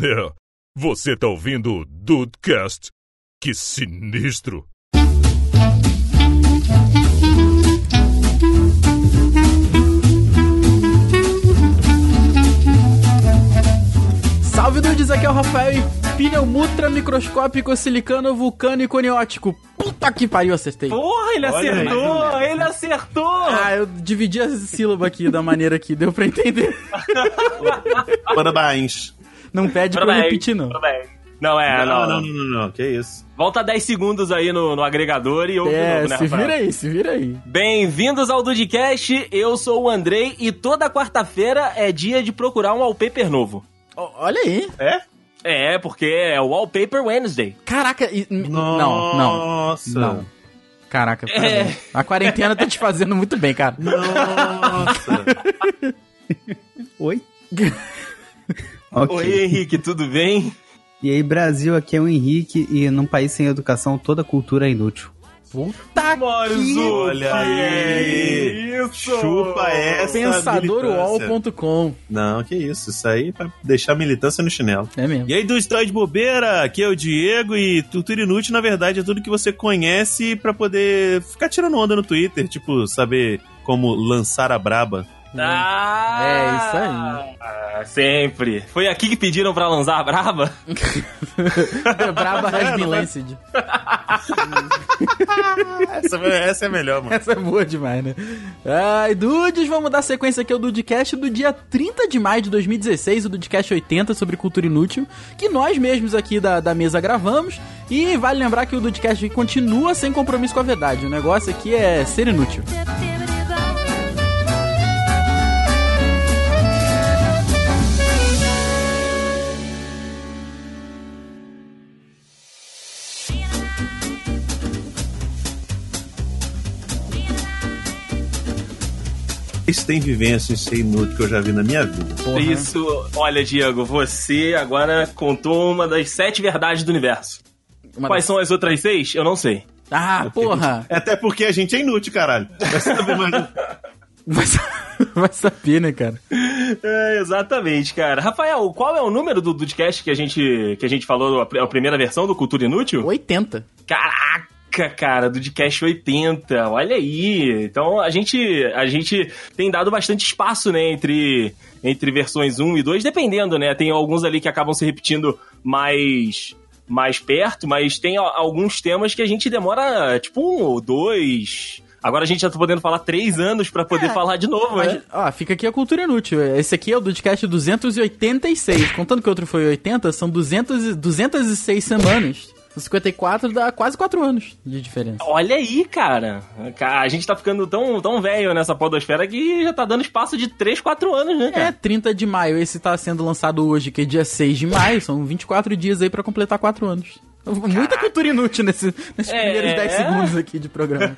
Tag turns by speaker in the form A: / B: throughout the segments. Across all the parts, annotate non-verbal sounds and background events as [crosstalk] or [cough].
A: É, você tá ouvindo o Dudecast? Que sinistro!
B: Salve dudes, aqui é o Rafael e pneu mutra microscópico silicano vulcânico neótico. Puta que pariu, acertei.
C: Porra, ele acertou! Ele acertou!
B: Ah, eu dividi a sílaba aqui da maneira que deu pra entender.
D: Parabéns.
B: Não pede pra eu
C: Parabéns,
B: repetir, não.
C: parabéns. Não é, não,
D: não, não, não, não, que isso.
C: Volta 10 segundos aí no, no agregador e ouve de
B: É,
C: novo, né,
B: se
C: Rafael?
B: vira aí, se vira aí.
C: Bem-vindos ao Dudcast, eu sou o Andrei e toda quarta-feira é dia de procurar um wallpaper novo.
B: Ó, Olha aí.
D: É?
C: É, porque é o Wallpaper Wednesday.
B: Caraca, e- m- não, não,
D: Nossa.
B: não. Caraca,
C: É.
B: parabéns. a quarentena tá te fazendo muito bem, cara.
D: Nossa.
E: Oi?
C: Oi, Henrique, tudo bem?
E: E aí, Brasil, aqui é o Henrique, e num país sem educação, toda cultura é inútil.
B: Puta
C: Mas
B: que...
D: Olha aí.
C: Isso!
D: Chupa essa militância.
B: PensadorUOL.com
D: Não, que isso. Isso aí é pra deixar a militância no chinelo.
B: É mesmo.
D: E aí, do História de Bobeira, aqui é o Diego e Tutura Inútil, na verdade, é tudo que você conhece pra poder ficar tirando onda no Twitter, tipo, saber como lançar a braba.
C: Ah,
B: É, isso aí.
C: Ah, sempre. Foi aqui que pediram pra lançar a braba?
B: Braba
C: É,
B: has been lanced.
D: Essa, essa é a melhor, mano.
B: [laughs] Essa é boa demais, né? Ai, dudes, vamos dar sequência aqui ao Dudcast do dia 30 de maio de 2016, o Dudcast 80 sobre cultura inútil, que nós mesmos aqui da, da mesa gravamos. E vale lembrar que o Dudcast continua sem compromisso com a verdade. O negócio aqui é ser inútil.
D: Isso tem vivência em ser inútil que eu já vi na minha vida.
B: Porra. né?
C: Isso, olha, Diego, você agora contou uma das sete verdades do universo.
B: Uma
C: Quais são as outras seis? Eu
B: [laughs]
C: não sei.
B: das- Ah, porra!
D: Até porque a gente é inútil, caralho. Vai saber, mano.
B: Vai, sa- [laughs] vai saber, né, cara?
C: É, exatamente, cara. Rafael, qual é o número do podcast que a gente, que a gente falou, a, pr- a primeira versão do Cultura Inútil?
B: 80.
C: Caraca, cara, do podcast 80. Olha aí. Então a gente a gente tem dado bastante espaço, né, entre entre versões 1 e 2, dependendo, né? Tem alguns ali que acabam se repetindo mais mais perto, mas tem a- alguns temas que a gente demora tipo um ou dois. Agora a gente já tá podendo falar três anos pra
B: É,
C: poder falar de novo, né?
B: Mas, ó, fica aqui a cultura inútil. Esse aqui é o Dudcast 286. Contando que o outro foi 80, são 200 e, 206 semanas. Os 54 dá quase 4 anos de diferença.
C: Olha aí, cara. Ca- A gente tá ficando tão, tão velho nessa podosfera que já tá dando espaço de 3, 4 anos, né,
B: É,
C: cara?
B: 30 de maio. Esse tá sendo lançado hoje, que é dia 6 de maio. São 24 dias aí pra completar 4 anos. Muita cultura inútil nesse, nesses
C: É.
B: primeiros 10 segundos aqui de programa.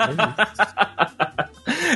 C: [laughs]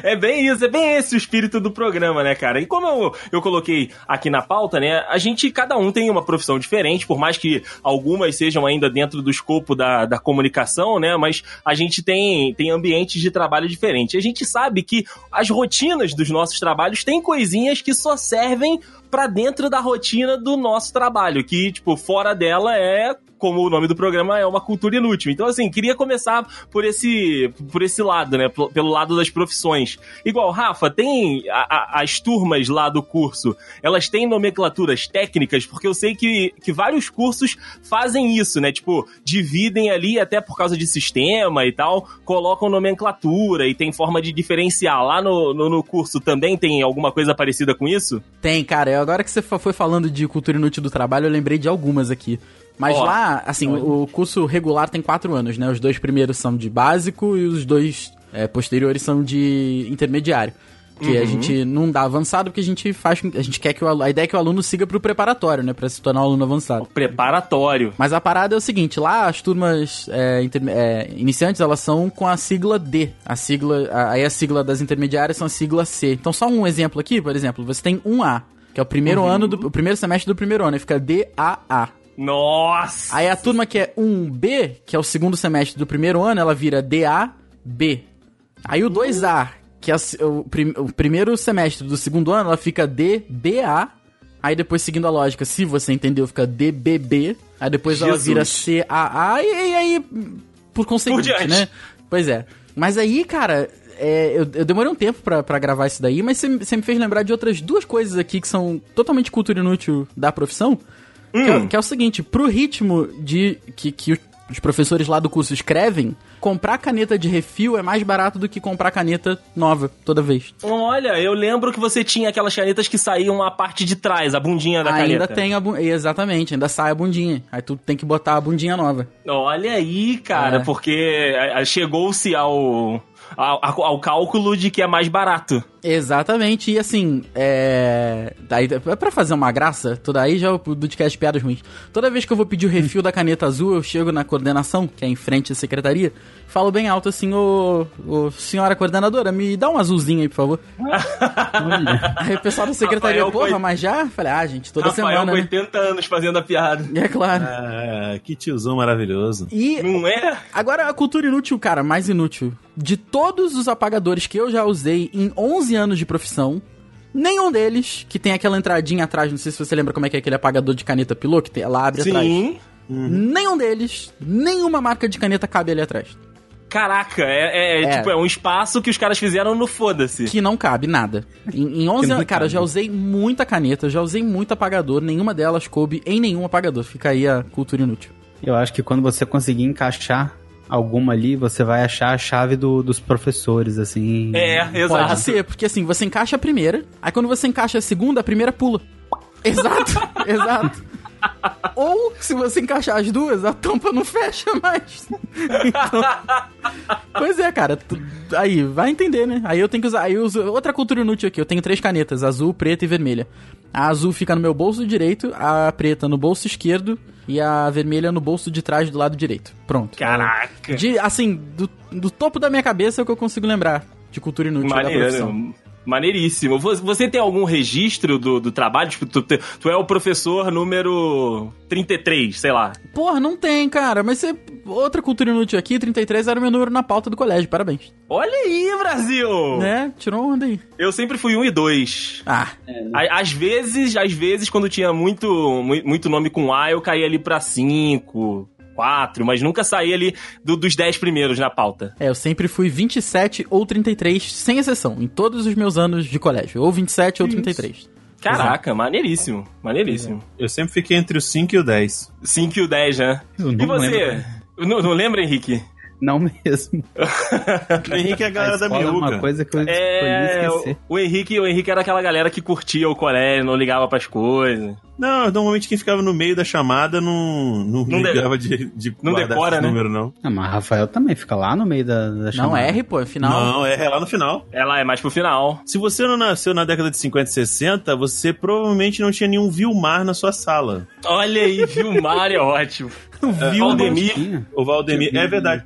C: É bem isso, é bem esse o espírito do programa, né, cara? E como eu, eu coloquei aqui na pauta, né, a gente, cada um tem uma profissão diferente, por mais que algumas sejam ainda dentro do escopo da, da comunicação, né, mas a gente tem, tem ambientes de trabalho diferentes. A gente sabe que as rotinas dos nossos trabalhos têm coisinhas que só servem pra dentro da rotina do nosso trabalho, que, tipo, fora dela é, como o nome do programa é, uma cultura inútil. Então, assim, queria começar por esse, por esse lado, né? Pelo pelo lado das profissões. Igual, Rafa, tem a- a- as turmas lá do curso, elas têm nomenclaturas técnicas, porque eu sei que, que vários cursos fazem isso, né? Tipo, dividem ali até por causa de sistema e tal, colocam nomenclatura e tem forma de diferenciar. Lá no, no, no curso também tem alguma coisa parecida com isso?
B: Tem, cara. Eu- Agora que você fa- foi falando de cultura inútil do trabalho, eu lembrei de algumas aqui. Mas
C: Ó.
B: lá, assim, o o curso regular tem quatro anos, né? Os dois primeiros são de básico e os dois é, posteriores são de intermediário. Que a gente não dá avançado porque a gente faz. com- A gente quer que o aluno. A ideia é que o aluno siga pro preparatório, né? Pra se tornar um aluno avançado.
C: Preparatório.
B: Mas a parada é o seguinte, lá as turmas é, inter- é, iniciantes, elas são com a sigla D. A sigla, a- aí a sigla das intermediárias são a sigla C. Então só um exemplo aqui, por exemplo, você tem 1A, que é o primeiro ano do o primeiro semestre do primeiro ano, aí fica DAA.
C: Nossa!
B: Aí a turma que é 1B, que é o segundo semestre do primeiro ano, ela vira DAB. Aí o 2A, que é o, prim- o primeiro semestre do segundo ano, ela fica DBA. Aí depois, seguindo a lógica, se você entendeu, fica DBB. Aí depois
C: Jesus.
B: ela vira CAA e, e aí, por conseguinte,
C: diante.
B: né? Pois é. Mas aí, cara, é, eu, eu demorei um tempo pra, pra gravar isso daí, mas você você me fez lembrar de outras duas coisas aqui que são totalmente cultura inútil da profissão. Que,
C: Hum.
B: é, que é o seguinte, pro ritmo de que, que os professores lá do curso escrevem, comprar caneta de refil é mais barato do que comprar caneta nova toda vez.
C: Olha, eu lembro que você tinha aquelas canetas que saíam a parte de trás, a bundinha da
B: ainda
C: caneta.
B: tem a bu- Exatamente, ainda sai a bundinha. Aí tu tem que botar a bundinha nova.
C: Olha aí, cara,
B: É.
C: porque a- a- chegou-se ao, ao, a- ao cálculo de que é mais barato.
B: Exatamente, e assim, é. Daí, é pra fazer uma graça, toda aí já é o podcast Piadas Ruins. Toda vez que eu vou pedir o refil da caneta azul, eu chego na coordenação, que é em frente à secretaria, falo bem alto assim, ô. ô, senhora coordenadora, me dá um azulzinho aí, por favor.
E: Olha.
B: Aí o pessoal da secretaria,
C: Rafael
B: porra,
C: Coit-
B: mas já? Falei, ah, gente, toda
C: Rafael
B: semana,
C: com
B: né?
C: 80 anos fazendo a piada.
B: [laughs] É claro.
D: Ah, que tiozão maravilhoso.
B: E
C: Não é?
B: Agora, a cultura inútil, cara, mais inútil. De todos os apagadores que eu já usei em 11 anos de profissão, nenhum deles, que tem aquela entradinha atrás, não sei se você lembra como é que é aquele apagador de caneta pilô, que tem- ela abre atrás.
C: Sim.
D: Uhum.
B: Nenhum deles, nenhuma marca de caneta cabe ali atrás.
C: Caraca, é, é,
B: É.
C: tipo, é um espaço que os caras fizeram no foda-se.
B: Que não cabe nada. Em, em 11
D: não
B: anos, cara, eu
D: cabe.
B: já usei muita caneta, já usei muito apagador, nenhuma delas coube em nenhum apagador. Fica aí a cultura inútil.
E: Eu acho que quando você conseguir encaixar alguma ali, você vai achar a chave do- dos professores, assim.
C: É,
B: Pode
C: exato.
B: ser, porque assim, você encaixa a primeira, aí quando você encaixa a segunda, a primeira pula. [laughs] Exato, exato. Ou, se você encaixar as duas, a tampa não fecha mais. Então, pois é, cara. tu- aí, vai entender, né? Aí eu tenho que usar. Aí eu uso outra cultura inútil aqui. Eu tenho três canetas: azul, preta e vermelha. A azul fica no meu bolso direito, a preta no bolso esquerdo e a vermelha no bolso de trás do lado direito. Pronto.
C: Caraca.
B: De, assim, do, do topo da minha cabeça é o que eu consigo lembrar de cultura inútil da profissão.
C: Maneiro. Maneiríssimo. Vo- Você tem algum registro do, do trabalho? Tipo, tu, te- tu é o professor número 33, sei lá.
B: Porra, não tem, cara. Mas você... outra cultura inútil aqui, 33, era o meu número na pauta do colégio. Parabéns.
C: Olha aí, Brasil!
B: Né? Tirou onda aí.
C: Eu sempre fui um e dois.
B: Ah,
C: A- Às vezes, às vezes, quando tinha muito, mu- muito nome com A, eu caía ali pra cinco, quatro, mas nunca saí ali do- dos 10 primeiros na pauta.
B: é, eu sempre fui 27 ou 33, sem exceção, em todos os meus anos de colégio. Ou 27 ou 33.
C: Caraca, maneiríssimo, maneiríssimo.
D: Eu sempre fiquei entre o 5 e
C: [laughs]
D: o 10.
C: 5 e o 10, né?
E: é. Eu não
C: e você?
E: lembro.
C: Não, não lembra, Henrique?
E: Não mesmo.
D: Henrique é a galera da
E: escola é uma
D: miúca.
E: coisa que eu
C: É,
E: escolhi
C: o,
E: esquecer.
C: o Henrique, o Henrique era aquela galera que curtia o colégio, não ligava pras coisas.
D: Não, normalmente quem ficava no meio da chamada não, não,
C: Não de-
D: ligava de, de
C: não
D: guardar
C: decora,
D: esse
C: né?
D: número, não.
E: Ah, mas Rafael também fica lá no meio da, da
B: Não,
E: chamada.
B: R, pô, afinal.
D: Não, é, é lá no final.
C: Ela é mais pro final.
D: Se você não nasceu na década de 50 e 60, você provavelmente não tinha nenhum Vilmar na sua sala.
C: Olha aí, Vilmar é
E: [laughs]
C: ótimo. É,
D: Vilmar. Valdemir.
E: Tinha?
D: O Valdemir. É verdade.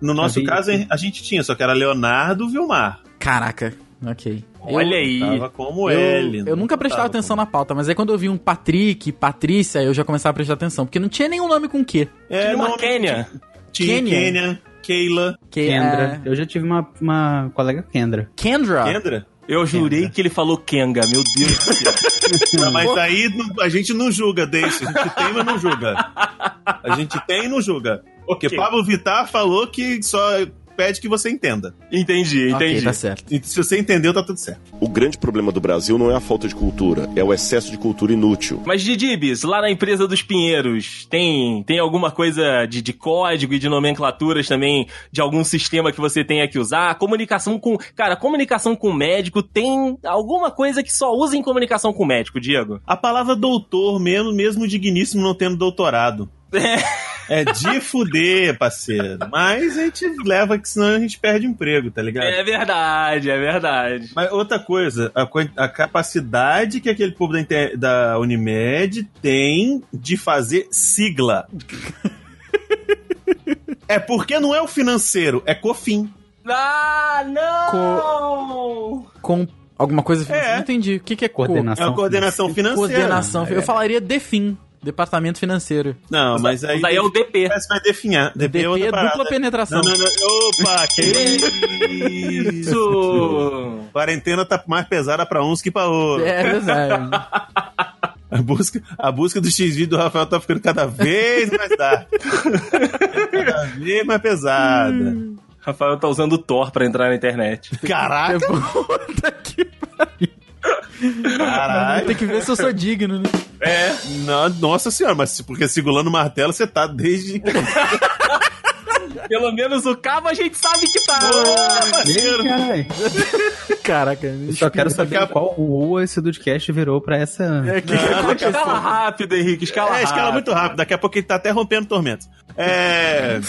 D: No nosso
E: Havia-
D: caso, a gente tinha, só que era Leonardo Vilmar.
B: Caraca. Ok.
C: Olha aí.
D: Tava como
B: Eu,
D: L.
B: eu nunca prestava
D: tava
B: atenção
D: como-
B: na pauta, mas aí quando eu vi um Patrick, Patrícia, eu já começava a prestar atenção. Porque não tinha nenhum nome com Q.
D: É,
C: Tinha uma
D: não,
C: Kênia.
D: tinha
B: Kênia.
D: Kênia, Keila,
B: Que
E: Kendra.
B: é-
E: Eu já tive uma, uma colega Kendra.
B: Kendra.
D: Kendra.
C: Eu jurei que ele falou Kenga, meu Deus do céu.
D: Não, mas aí não- a gente não julga, deixa. A gente tem, mas não julga. A gente tem e não julga. Porque
C: Ok.
D: Pablo Vittar falou que só pede que você entenda.
C: Entendi,
B: Ok,
C: entendi.
B: tá certo.
D: E se você entendeu, tá tudo certo.
F: O grande problema do Brasil não é a falta de cultura, é o excesso de cultura inútil.
C: Mas Didibis, lá na empresa dos Pinheiros, tem, tem alguma coisa de, de código e de nomenclaturas também, de algum sistema que você tenha que usar? Comunicação com. Cara, comunicação com médico tem alguma coisa que só usa em comunicação com médico, Diego?
D: A palavra doutor mesmo, mesmo digníssimo não tendo doutorado. É de fuder, parceiro. Mas a gente leva que senão a gente perde emprego, tá ligado?
C: É verdade, é verdade.
D: Mas outra coisa, a, quan- a capacidade que aquele povo da, Inter- da Unimed tem de fazer sigla. [laughs] é porque não é o financeiro, é COFIN.
C: Ah, não!
B: com alguma coisa financeira.
D: É.
B: Não entendi. O que, que é co-
D: É a
E: [laughs] Coordenação.
D: coordenação financeira.
B: coordenação?
E: É.
B: Eu falaria DEFIN, Departamento Financeiro.
D: Não, mas aí.
C: Daí é o DP.
D: Parece que vai definhar. DP,
B: DP
D: é outra
B: é
D: parada.
B: dupla penetração.
D: Não, não, não. Opa, que isso!
C: Isso!
D: Quarentena tá mais pesada pra uns que pra outros.
B: É verdade.
D: A busca, a busca do XV do Rafael tá ficando cada vez mais dark. cada vez mais pesada.
C: [laughs] Rafael tá usando o Thor pra entrar na internet.
D: Caraca,
B: Puta que pariu.
D: caralho.
B: Tem que ver se eu sou digno, né?
D: É. Não, nossa senhora, mas porque segurando o martelo você tá desde.
C: Pelo menos o cabo a gente sabe que tá.
E: Caralho.
B: Caraca,
E: Eu só quero saber em qual rua esse podcast virou pra essa.
B: É, que-
C: Escala rápido, Henrique, escala
D: É, escala
C: rápido.
D: muito rápido. Daqui a pouco ele tá até rompendo tormento. É.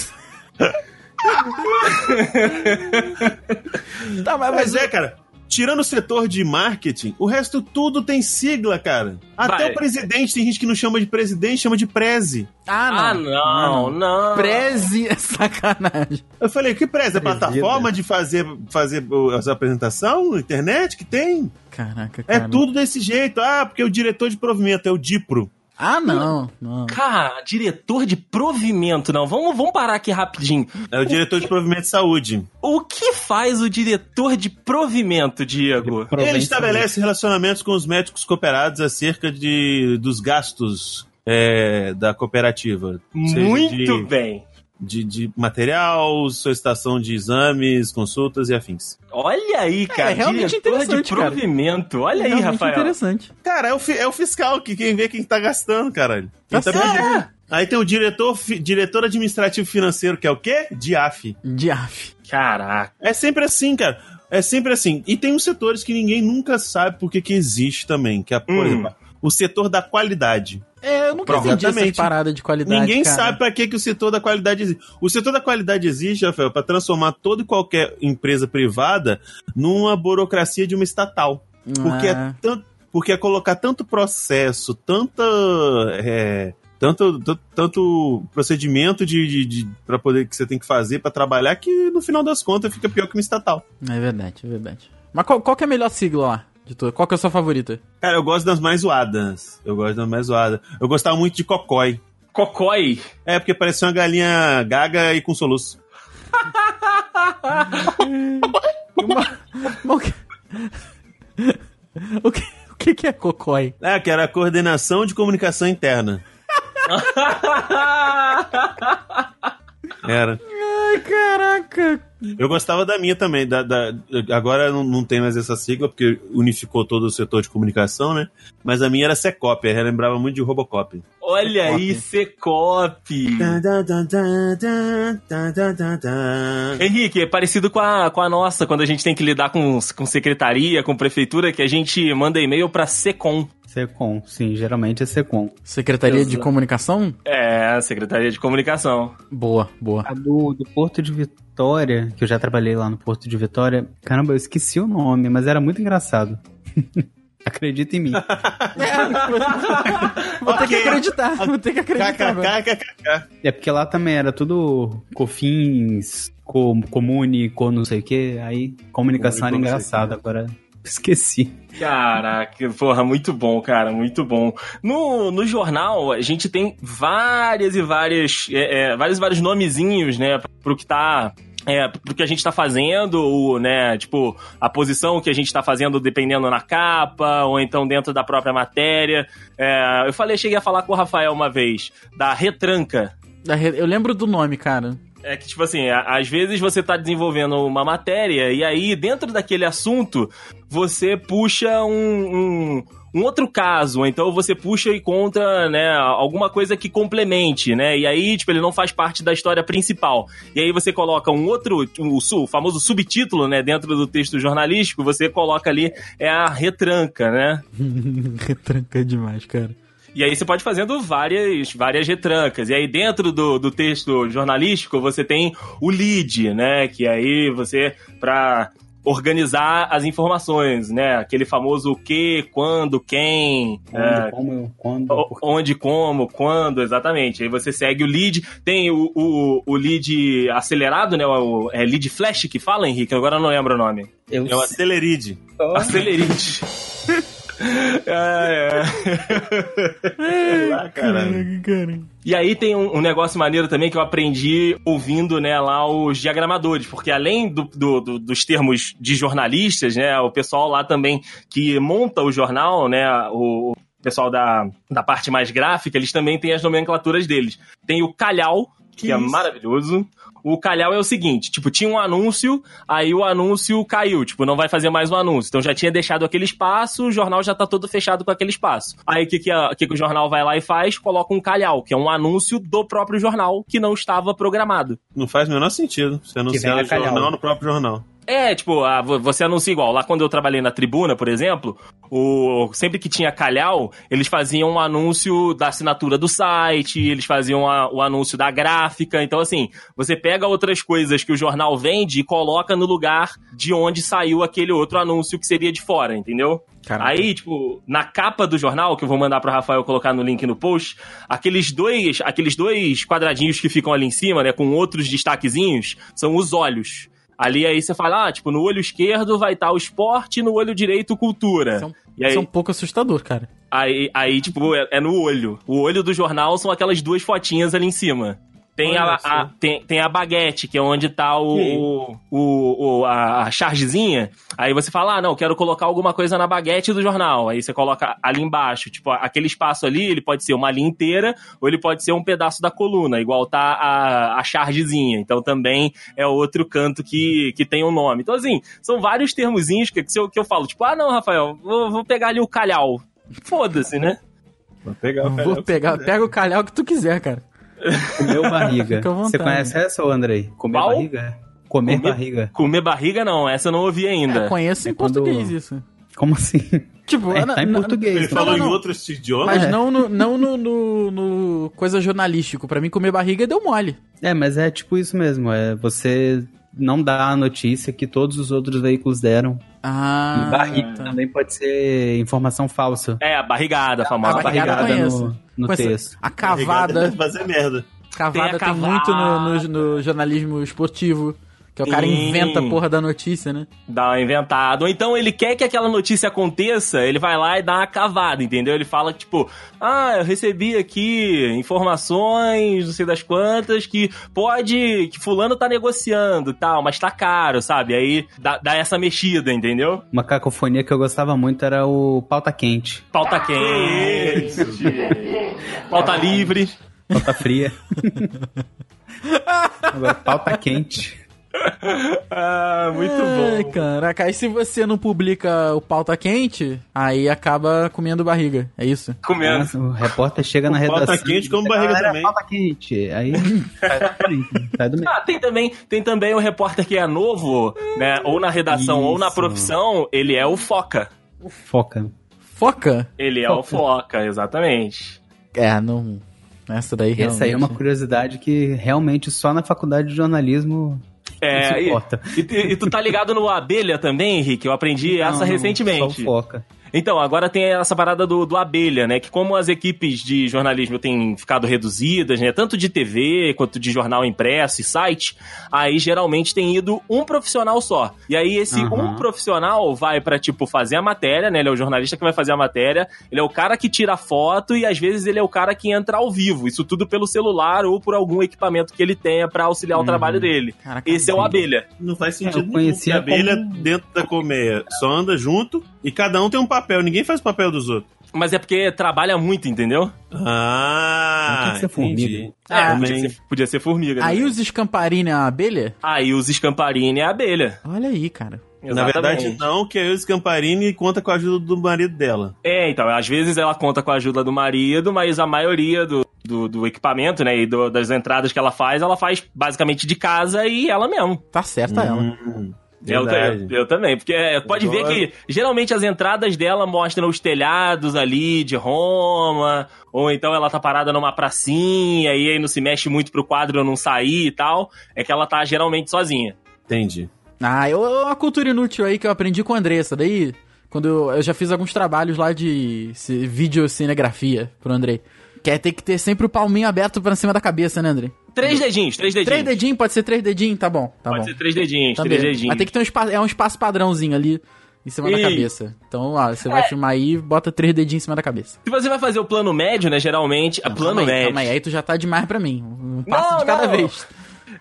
B: Tá, mas,
D: Mas é, cara. Tirando o setor de marketing, o resto tudo tem sigla, cara. Até
C: Vai.
D: o presidente, tem gente que não chama de presidente, chama de preze.
B: Ah,
C: Ah,
B: não.
C: não, não.
B: Preze é sacanagem.
D: Eu falei, que preze? É
E: Presida.
D: plataforma de fazer, fazer o- essa apresentação? Internet que tem?
B: Caraca,
D: É
C: Ah,
B: cara.
D: tudo desse jeito. Ah, porque o diretor de provimento é o DIPRO.
B: Ah, não. não.
C: Cara, diretor de provimento, não. Vamos, vamos parar aqui rapidinho.
D: É o diretor de provimento de saúde.
C: O que faz o diretor de provimento, Diego?
D: Ele estabelece relacionamentos com os médicos cooperados acerca de, dos gastos é, da cooperativa. Seja
C: Muito
D: de-
C: bem.
D: de, de material, solicitação de exames, consultas e afins.
C: Olha aí, cara.
B: É, realmente
C: diretor
B: interessante,
C: de
B: cara.
C: provimento. Olha aí,
B: Realmente
C: Rafael.
B: interessante.
D: Cara, é o, fi- é o fiscal que quem vê quem tá gastando, caralho.
B: Tá
D: Quem tá
B: certo.
D: pedindo. Aí tem o diretor, fi- diretor administrativo financeiro, que é o quê? DIAF.
B: Diaf.
C: Caraca.
D: É sempre assim, cara. É sempre assim. E tem uns setores que ninguém nunca sabe por que que existe também, que é, por
C: Hum.
D: exemplo, o setor da qualidade.
B: É, eu nunca
D: Pronto.
B: entendi essas
D: Exatamente.
B: paradas de qualidade,
D: Ninguém
B: cara.
D: sabe para que, que o setor da qualidade existe. O setor da qualidade existe, Rafael, para transformar toda e qualquer empresa privada numa burocracia de uma estatal. Porque, é
B: Ah,
D: tan- porque é colocar tanto processo, tanta. é, tanto, tan- tanto procedimento de, de, para poder que você tem que fazer para trabalhar que no final das contas fica pior que uma estatal.
B: é verdade, é verdade. Mas qual, qual que é a melhor sigla lá? De tu? Qual que é a sua favorita?
D: Cara, eu gosto das mais zoadas. Eu gosto das mais zoadas. Eu gostava muito de cocói.
C: Cocói.
D: É, porque parecia uma galinha gaga e com soluço.
B: Bom, o que... [laughs] o, que, o que que é cocói?
D: É, que era a coordenação de comunicação interna. Era.
B: Ai, caraca.
D: Eu gostava da minha também. Da, da- agora não, não tem mais essa sigla, porque unificou todo o setor de comunicação, né? Mas a minha era Secop, ela lembrava muito de Robocop.
C: Olha aí, Secop. Henrique, é parecido com a, com a nossa, quando a gente tem que lidar com, com secretaria, com prefeitura, que a gente manda e-mail pra Secom.
E: Secom, sim, geralmente é Secom.
B: Secretaria de
C: Exato.
B: Comunicação?
C: É, Secretaria de Comunicação.
B: Boa, boa.
E: A do, do Porto de Vitória, que eu já trabalhei lá no Porto de Vitória, caramba, eu esqueci o nome, mas era muito engraçado. [laughs] Acredita em mim.
B: [laughs] Vou ter que
D: Ok.
B: acreditar, vou ter que acreditar. agora.
D: KKKKK.
E: É porque lá também era tudo cofins, com, comune, co não sei o que, aí comunicação era
D: Comune, co não sei o
E: engraçada, agora esqueci.
C: Caraca, porra, muito bom, cara, muito bom. No, no jornal, a gente tem várias e várias, é, é, vários e vários nomezinhos, né, pro que tá... É, pro que a gente tá fazendo, ou, né, tipo, a posição que a gente tá fazendo dependendo na capa, ou então dentro da própria matéria. É, eu falei, cheguei a falar com o Rafael uma vez, da retranca,
B: Da re- Eu lembro do nome, cara.
C: É que, tipo assim, a- às vezes você tá desenvolvendo uma matéria e aí, dentro daquele assunto, você puxa um, um, um outro caso, ou então você puxa e conta, né, alguma coisa que complemente, né? E aí, tipo, ele não faz parte da história principal. E aí você coloca um outro, um su- o famoso subtítulo, né, dentro do texto jornalístico, você coloca ali, é a retranca, né?
B: Retranca demais, cara.
C: E aí você pode fazendo várias, várias retrancas. E aí dentro do, do texto jornalístico você tem o lead, né? Que aí você, pra organizar as informações, né? Aquele famoso o que, quando, quem, é,
E: Onde, como, eu- quando,
C: o-
E: por-
C: onde, como, quando, exatamente. Aí você segue o lead, tem o, o, o lead acelerado, né? O, é lead flash que fala, Henrique? Agora eu não lembro o nome.
E: eu
D: É o Aceleride.
E: só-
C: Acelerite. [laughs] é, é.
D: Ah, caralho.
B: cara.
C: E aí tem um, um negócio maneiro também que eu aprendi ouvindo, né, lá os diagramadores, porque além do- do- do- dos termos de jornalistas, né, o pessoal lá também que monta o jornal, né, o, pessoal da, da parte mais gráfica, eles também têm as nomenclaturas deles. Tem o calhau, que,
D: Que
C: é
D: isso?
C: maravilhoso. O calhau é o seguinte, tipo, tinha um anúncio, aí o anúncio caiu, tipo, não vai fazer mais um anúncio. Então já tinha deixado aquele espaço, o jornal já tá todo fechado com aquele espaço. Aí o que, que, a- o que que o jornal vai lá e faz? Coloca um calhau, que é um anúncio do próprio jornal, que não estava programado.
D: Não faz o menor sentido você anunciar
E: venha
D: no
E: calhau.
D: jornal, no próprio jornal.
C: É, tipo, ah, vo- você anuncia igual. Lá quando eu trabalhei na tribuna, por exemplo, o, sempre que tinha calhau, eles faziam um anúncio da assinatura do site, eles faziam a- o anúncio da gráfica. Então, assim, você pega outras coisas que o jornal vende e coloca no lugar de onde saiu aquele outro anúncio que seria de fora, entendeu?
B: Caraca.
C: Aí, tipo, na capa do jornal, que eu vou mandar pro Rafael colocar no link no post, aqueles dois, aqueles dois quadradinhos que ficam ali em cima, né, com outros destaquezinhos, são os olhos. Ali aí você fala, ah, tipo, no olho esquerdo vai estar o esporte, no olho direito cultura.
B: São-
C: e aí,
B: Isso é um pouco assustador, cara.
C: aí, aí, tipo, é, é no olho. O olho do jornal são aquelas duas fotinhas ali em cima. Tem a,
D: Olha
C: a- tem, tem a baguete, que é onde tá
D: Sim.
C: o, o, o- a, a chargezinha. Aí você fala, ah, não, quero colocar alguma coisa na baguete do jornal. Aí você coloca ali embaixo. Tipo, aquele espaço ali, ele pode ser uma linha inteira ou ele pode ser um pedaço da coluna, igual tá a, a chargezinha. Então também é outro canto que, que tem um nome. Então, assim, são vários termozinhos que, que, eu, que eu falo, tipo, ah, não, Rafael, vou, vou pegar ali o calhau. Foda-se, né?
D: Vou pegar o
B: Vou
D: calhau.
B: pegar, pega é o calhau que tu quiser, cara. [laughs]
E: Comeu barriga.
B: Fica à vontade.
E: Você conhece essa, ô, Andrei? Comer
C: Qual?
E: barriga? é. Comer,
C: Comer-
E: barriga.
C: Comer barriga, não, essa eu não ouvi ainda.
B: Eu conheço
E: É
B: em
E: quando-
B: português isso.
E: Como assim?
B: Tipo,
E: É,
B: na-
E: tá em
B: na-
E: português.
D: Ele
E: né?
D: falou
B: não, não.
D: em outros idiomas?
B: Mas
E: É.
B: não, no, não no, no, no coisa jornalístico. Pra mim, comer barriga deu mole.
E: É, mas é tipo isso mesmo. É você não dá a notícia que todos os outros veículos deram.
B: Ah,
E: e barriga
B: tá.
E: também pode ser informação falsa.
C: É, a barrigada, a famosa
B: A barrigada
C: barrigada.
B: Ah, eu
E: no, no
B: Conheço.
E: texto.
B: A cavada.
D: Deve fazer merda.
B: Cavada tem,
C: Tem a cavada.
B: muito no, no- no jornalismo esportivo. Que é o cara
C: Sim.
B: inventa a porra da notícia, né?
C: Dá uma inventada. Ou então ele quer que aquela notícia aconteça, ele vai lá e dá uma cavada, entendeu? Ele fala, tipo, ah, eu recebi aqui informações, não sei das quantas, que pode. que fulano tá negociando e tal, mas tá caro, sabe? Aí dá, dá essa mexida, entendeu?
E: Uma cacofonia que eu gostava muito era o pauta quente,
C: Pauta quente. Pauta livre.
B: [laughs]
E: pauta fria. Agora, pauta quente.
C: Ah, muito
B: Ai,
C: bom.
B: caraca. Aí se você não publica o pauta quente, aí acaba comendo barriga. É isso?
C: Comendo.
E: Nossa, o repórter chega na
D: O pauta
E: redação.
D: quente como barriga
E: Galera,
D: também.
E: Pauta quente. Aí sai do meio, sai do meio.
C: Ah, tem também, tem também o repórter que é novo, né? Ou na redação ou na
E: Isso.
C: profissão, ele é o foca.
E: Foca.
B: Foca?
C: Ele é o foca, exatamente.
B: É, não. Essa daí realmente.
E: Essa aí é uma curiosidade que realmente só na faculdade de jornalismo
C: É,
E: se
C: e,
E: importa.
C: e tu- e tu tá ligado no abelha também, Henrique? Eu aprendi
E: Não,
C: essa
E: não,
C: recentemente.
E: Só foca.
C: Então, agora tem essa parada do, do abelha, né? Que como as equipes de jornalismo têm ficado reduzidas, né? Tanto de TV quanto de jornal impresso e site, aí geralmente tem ido um profissional só. E aí esse
E: Aham.
C: um profissional vai pra, tipo, fazer a matéria, né? Ele é o jornalista que vai fazer a matéria, ele é o cara que tira a foto e às vezes ele é o cara que entra ao vivo. Isso tudo pelo celular ou por algum equipamento que ele tenha pra auxiliar
E: Uhum.
C: o trabalho dele.
B: Caraca,
C: Esse é o
B: sim.
C: abelha.
D: Não faz
E: É,
D: sentido
E: eu
D: nenhum,
E: conhecia
D: porque a abelha
E: como-
D: dentro da colmeia só anda junto e cada um tem um papel. Ninguém faz o papel dos outros.
C: Mas é porque trabalha muito, entendeu?
D: Ah,
E: Não tinha que ser
D: entendi.
E: formiga.
B: Ah,
C: É, podia
D: também.
C: ser, podia ser formiga. né?
B: Aí os escamparini é a abelha?
C: Aí os escamparini é a abelha.
B: Olha aí, cara.
D: Na verdade,
C: Exatamente.
D: não, que é a Elsa Camparini conta com a ajuda do marido dela.
C: É, então, às vezes ela conta com a ajuda do marido, mas a maioria do, do, do equipamento, né, e do- das entradas que ela faz, ela faz basicamente de casa e ela mesmo.
B: Tá certa ela.
D: Hum,
C: Eu,
D: verdade.
C: eu- eu também, porque é, pode
D: Agora-
C: ver que geralmente as entradas dela mostram os telhados ali de Roma, ou então ela tá parada numa pracinha e aí não se mexe muito pro quadro não sair e tal. É que ela tá geralmente sozinha.
D: Entendi.
B: Ah, eu, eu- uma cultura inútil aí que eu aprendi com a Andressa. Daí, quando eu, eu já fiz alguns trabalhos lá de ci- videocinegrafia pro Andrei. Que é ter que ter sempre o palminho aberto pra cima da cabeça, né, Andrei?
C: Três dedinhos, três dedinhos.
B: Três dedinhos, pode ser três dedinhos, tá bom. Tá
C: Pode
B: bom.
C: ser três dedinhos,
B: Tá
C: três
B: bem.
C: dedinhos.
B: Mas tem que ter um espaço, é um espaço padrãozinho ali em cima da
C: Ih.
B: cabeça. Então, ó, você vai filmar aí, bota três dedinhos em cima da cabeça.
C: Se Tipo, você vai fazer o plano médio, né? Geralmente. a
B: Não,
C: plano
B: calma aí,
C: médio.
B: calma aí, aí tu já tá demais pra mim. Um passo
C: Não,
B: de cada
C: não.
B: vez.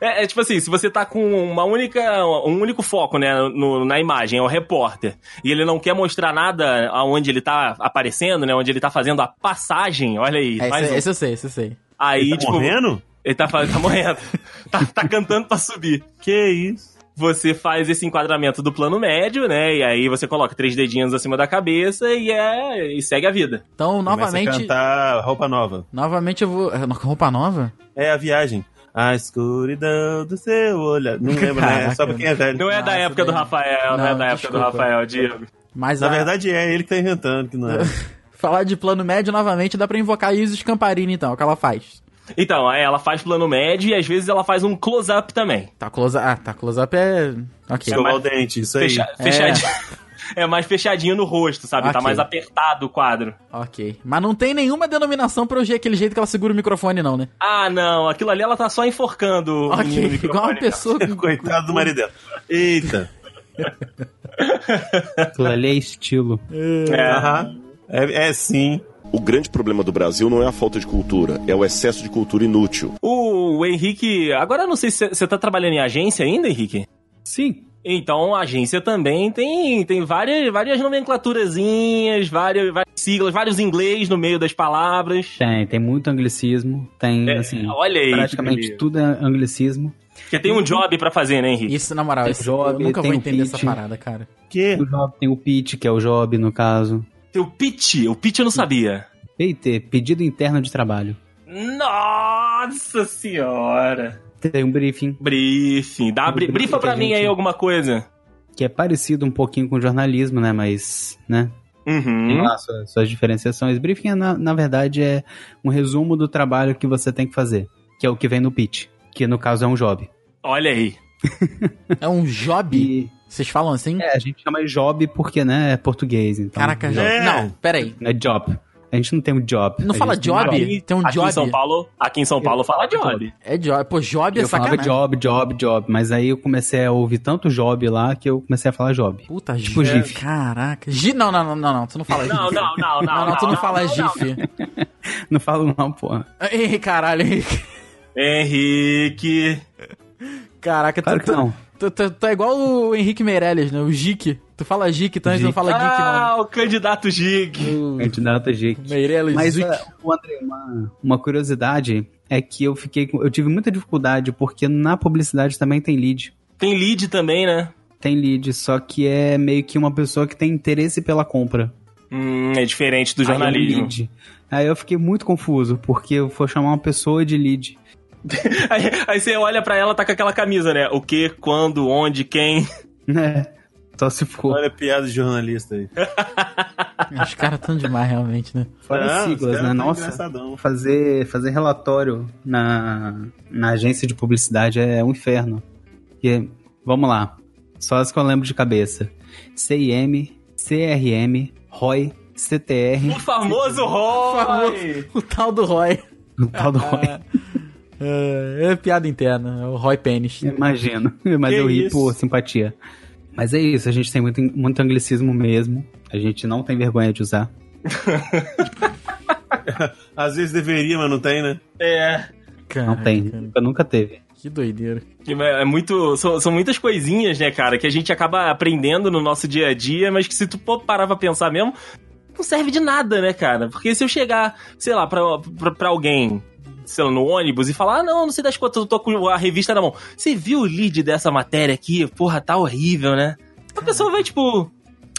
C: É, é tipo assim, se você tá com uma única, um único foco, né, no- na imagem, é o repórter, e ele não quer mostrar nada aonde ele tá aparecendo, né, onde ele tá fazendo a passagem, olha aí.
B: É,
C: mais
B: esse,
C: um.
B: esse eu sei, esse eu sei.
C: Aí,
D: Ele tá
C: tipo,
D: morrendo?
C: ele tá, fa- tá morrendo. [laughs] tá, tá cantando pra subir. Que isso? Você faz esse enquadramento do plano médio, né? E aí você coloca três dedinhos acima da cabeça e é e segue a vida.
B: Então,
D: Começa a
B: novamente.
D: cantar roupa nova.
B: Novamente eu vou. é, no- Roupa nova?
D: É a viagem. A escuridão do seu olhar. Não lembro, né?
B: Caraca.
D: Sabe quem é velho?
C: Não é da
B: Nossa,
C: época do
B: daí-
C: Rafael, não, é
B: Não,
C: da época do
B: desculpa.
C: Rafael, Diego.
B: Mas
D: Na
B: a-
D: verdade é ele que tá inventando, que não
E: [laughs]
D: é.
B: falar de plano médio novamente dá pra invocar a Isis Camparini, então, é o que ela faz.
C: Então, aí ela faz plano médio e às vezes ela faz um close-up também.
B: Tá close Ah, tá close-up é. Ok.
D: Escovar
C: mas-
D: o dente, isso aí.
C: Fecha, fechadinho. [laughs] É mais fechadinho no rosto, sabe? Tá
B: Ok.
C: mais apertado o quadro.
B: Ok. Mas não tem nenhuma denominação pra eu ver aquele jeito que ela segura o microfone, não, né?
C: Ah, não, aquilo ali ela tá só enforcando o menino
B: Ok, [laughs]
C: no
B: igual uma
C: microfone, cara.
B: pessoa que.
D: [laughs] Coitado do marido dela. Eita.
E: Aquilo ali é estilo.
D: Aham. É, é sim.
F: O grande problema do Brasil não é a falta de cultura, é o excesso de cultura inútil.
C: O Henrique, agora eu não sei se você tá trabalhando em agência ainda, Henrique?
E: Sim.
C: Então, a agência também tem, tem várias, várias nomenclaturazinhas, várias, várias siglas, vários inglês no meio das palavras.
E: Tem, tem muito anglicismo. Tem, assim,
C: Olha aí. que
E: praticamente
C: beleza.
E: tudo é anglicismo.
C: Porque tem um
B: Uhum.
C: job pra fazer, né, Henrique?
B: Isso, na moral,
E: Tem
B: isso, eu
E: job,
B: nunca
E: tem
B: vou
E: o
B: entender essa
E: pitch.
B: parada, cara.
D: Que?
E: O Job tem o PIT, que é o Job, no caso.
C: Tem o pitch, o pitch eu não sabia.
E: PT, pedido interno de trabalho.
C: Nossa senhora.
E: Tem um briefing,
C: Briefing, dá bri brifa pra mim aí alguma coisa.
E: que é parecido um pouquinho com jornalismo, né? Mas, né? Tem
C: Uhum.
E: lá suas, né? suas diferenciações. Briefing, é, na, na verdade, é um resumo do trabalho que você tem que fazer, que é o que vem no pitch, que no caso é um job.
C: Olha aí.
B: É um job?
E: E
B: Vocês falam assim?
E: é, a gente chama de job porque, né, é português, então.
B: Caraca, job.
D: É.
B: Não, peraí.
E: É job. A gente não tem um job.
B: Não
E: a
B: fala
E: gente tem um
B: job? Tem um
C: aqui
B: job.
C: em São Paulo, aqui em São Paulo fala
E: Eu-
C: job.
B: É job. Pô, job é
E: Eu falava
B: sacanagem.
E: job, job, job, mas aí eu comecei a ouvir tanto job lá que eu comecei a falar job. [laughs]
B: Puta,
E: Tipo
B: gif.
E: gif.
B: Caraca. Gi... Não, não, não, não, não. Tu não fala gif.
C: Não, não, não, não.
B: Não, não, tu não fala gif.
E: Não falo não, porra.
B: Ei, caralho, Henrique.
C: Henrique.
B: Caraca, tu,
E: Claro que
B: tu,
E: não.
B: tu, tu- tu é igual o Henrique Meirelles, né? O Gic. Tu fala Gic, então tu não
E: Gic.
B: fala Geek,
C: ah,
B: não.
C: o candidato Gig.
B: O
E: Candidato G.
B: Meirelles
E: Mas,
C: É.
B: Gic.
E: uh, o André, uma, uma curiosidade é que eu fiquei. com- Eu tive muita dificuldade, porque na publicidade também tem lead.
C: Tem lead também, né?
E: Tem lead, só que é meio que uma pessoa que tem interesse pela compra.
C: Hum, é diferente do
E: Aí é um
C: jornalismo.
E: lead. Aí eu fiquei muito confuso, porque eu vou chamar uma pessoa de lead. [laughs]
C: Aí, aí você olha pra ela, tá com aquela camisa, né? O que, quando,
B: [laughs]
C: onde, quem.
E: Né? Só se for.
D: Olha a piada de jornalista aí.
B: Os caras tão demais, realmente, né?
E: Fora as
D: Ah, os
E: siglas,
D: caras
E: né?
D: tão
E: Nossa.
D: engraçadão.
E: fazer, fazer relatório na, na agência de publicidade é um inferno. E, vamos lá, só as que eu lembro de cabeça. CIM, CRM, ROI, CTR,
C: O famoso Roy.
B: O tal do Roy.
E: o tal do ROI.
B: É, é piada interna. É o Roy Pênis.
E: [laughs] Imagino, mas
D: Que
E: eu ri
D: isso?
E: por simpatia. Mas é isso, a gente tem muito, muito anglicismo mesmo. A gente não tem vergonha de usar.
D: Às vezes deveria, mas não tem, né?
C: É.
E: Não tem,
B: Caraca,
E: nunca, nunca teve.
B: Que doideira.
C: É muito. São, são muitas coisinhas, né, cara, que a gente acaba aprendendo no nosso dia a dia, mas que se tu pô- parar pra pensar mesmo, não serve de nada, né, cara? Porque se eu chegar, sei lá, pra, pra, pra alguém. Sei lá, no ônibus e falar, ah, não, não sei das quantas, eu tô com a revista na mão. Você viu o lead dessa matéria aqui? Porra, tá horrível, né? A pessoa vai, tipo,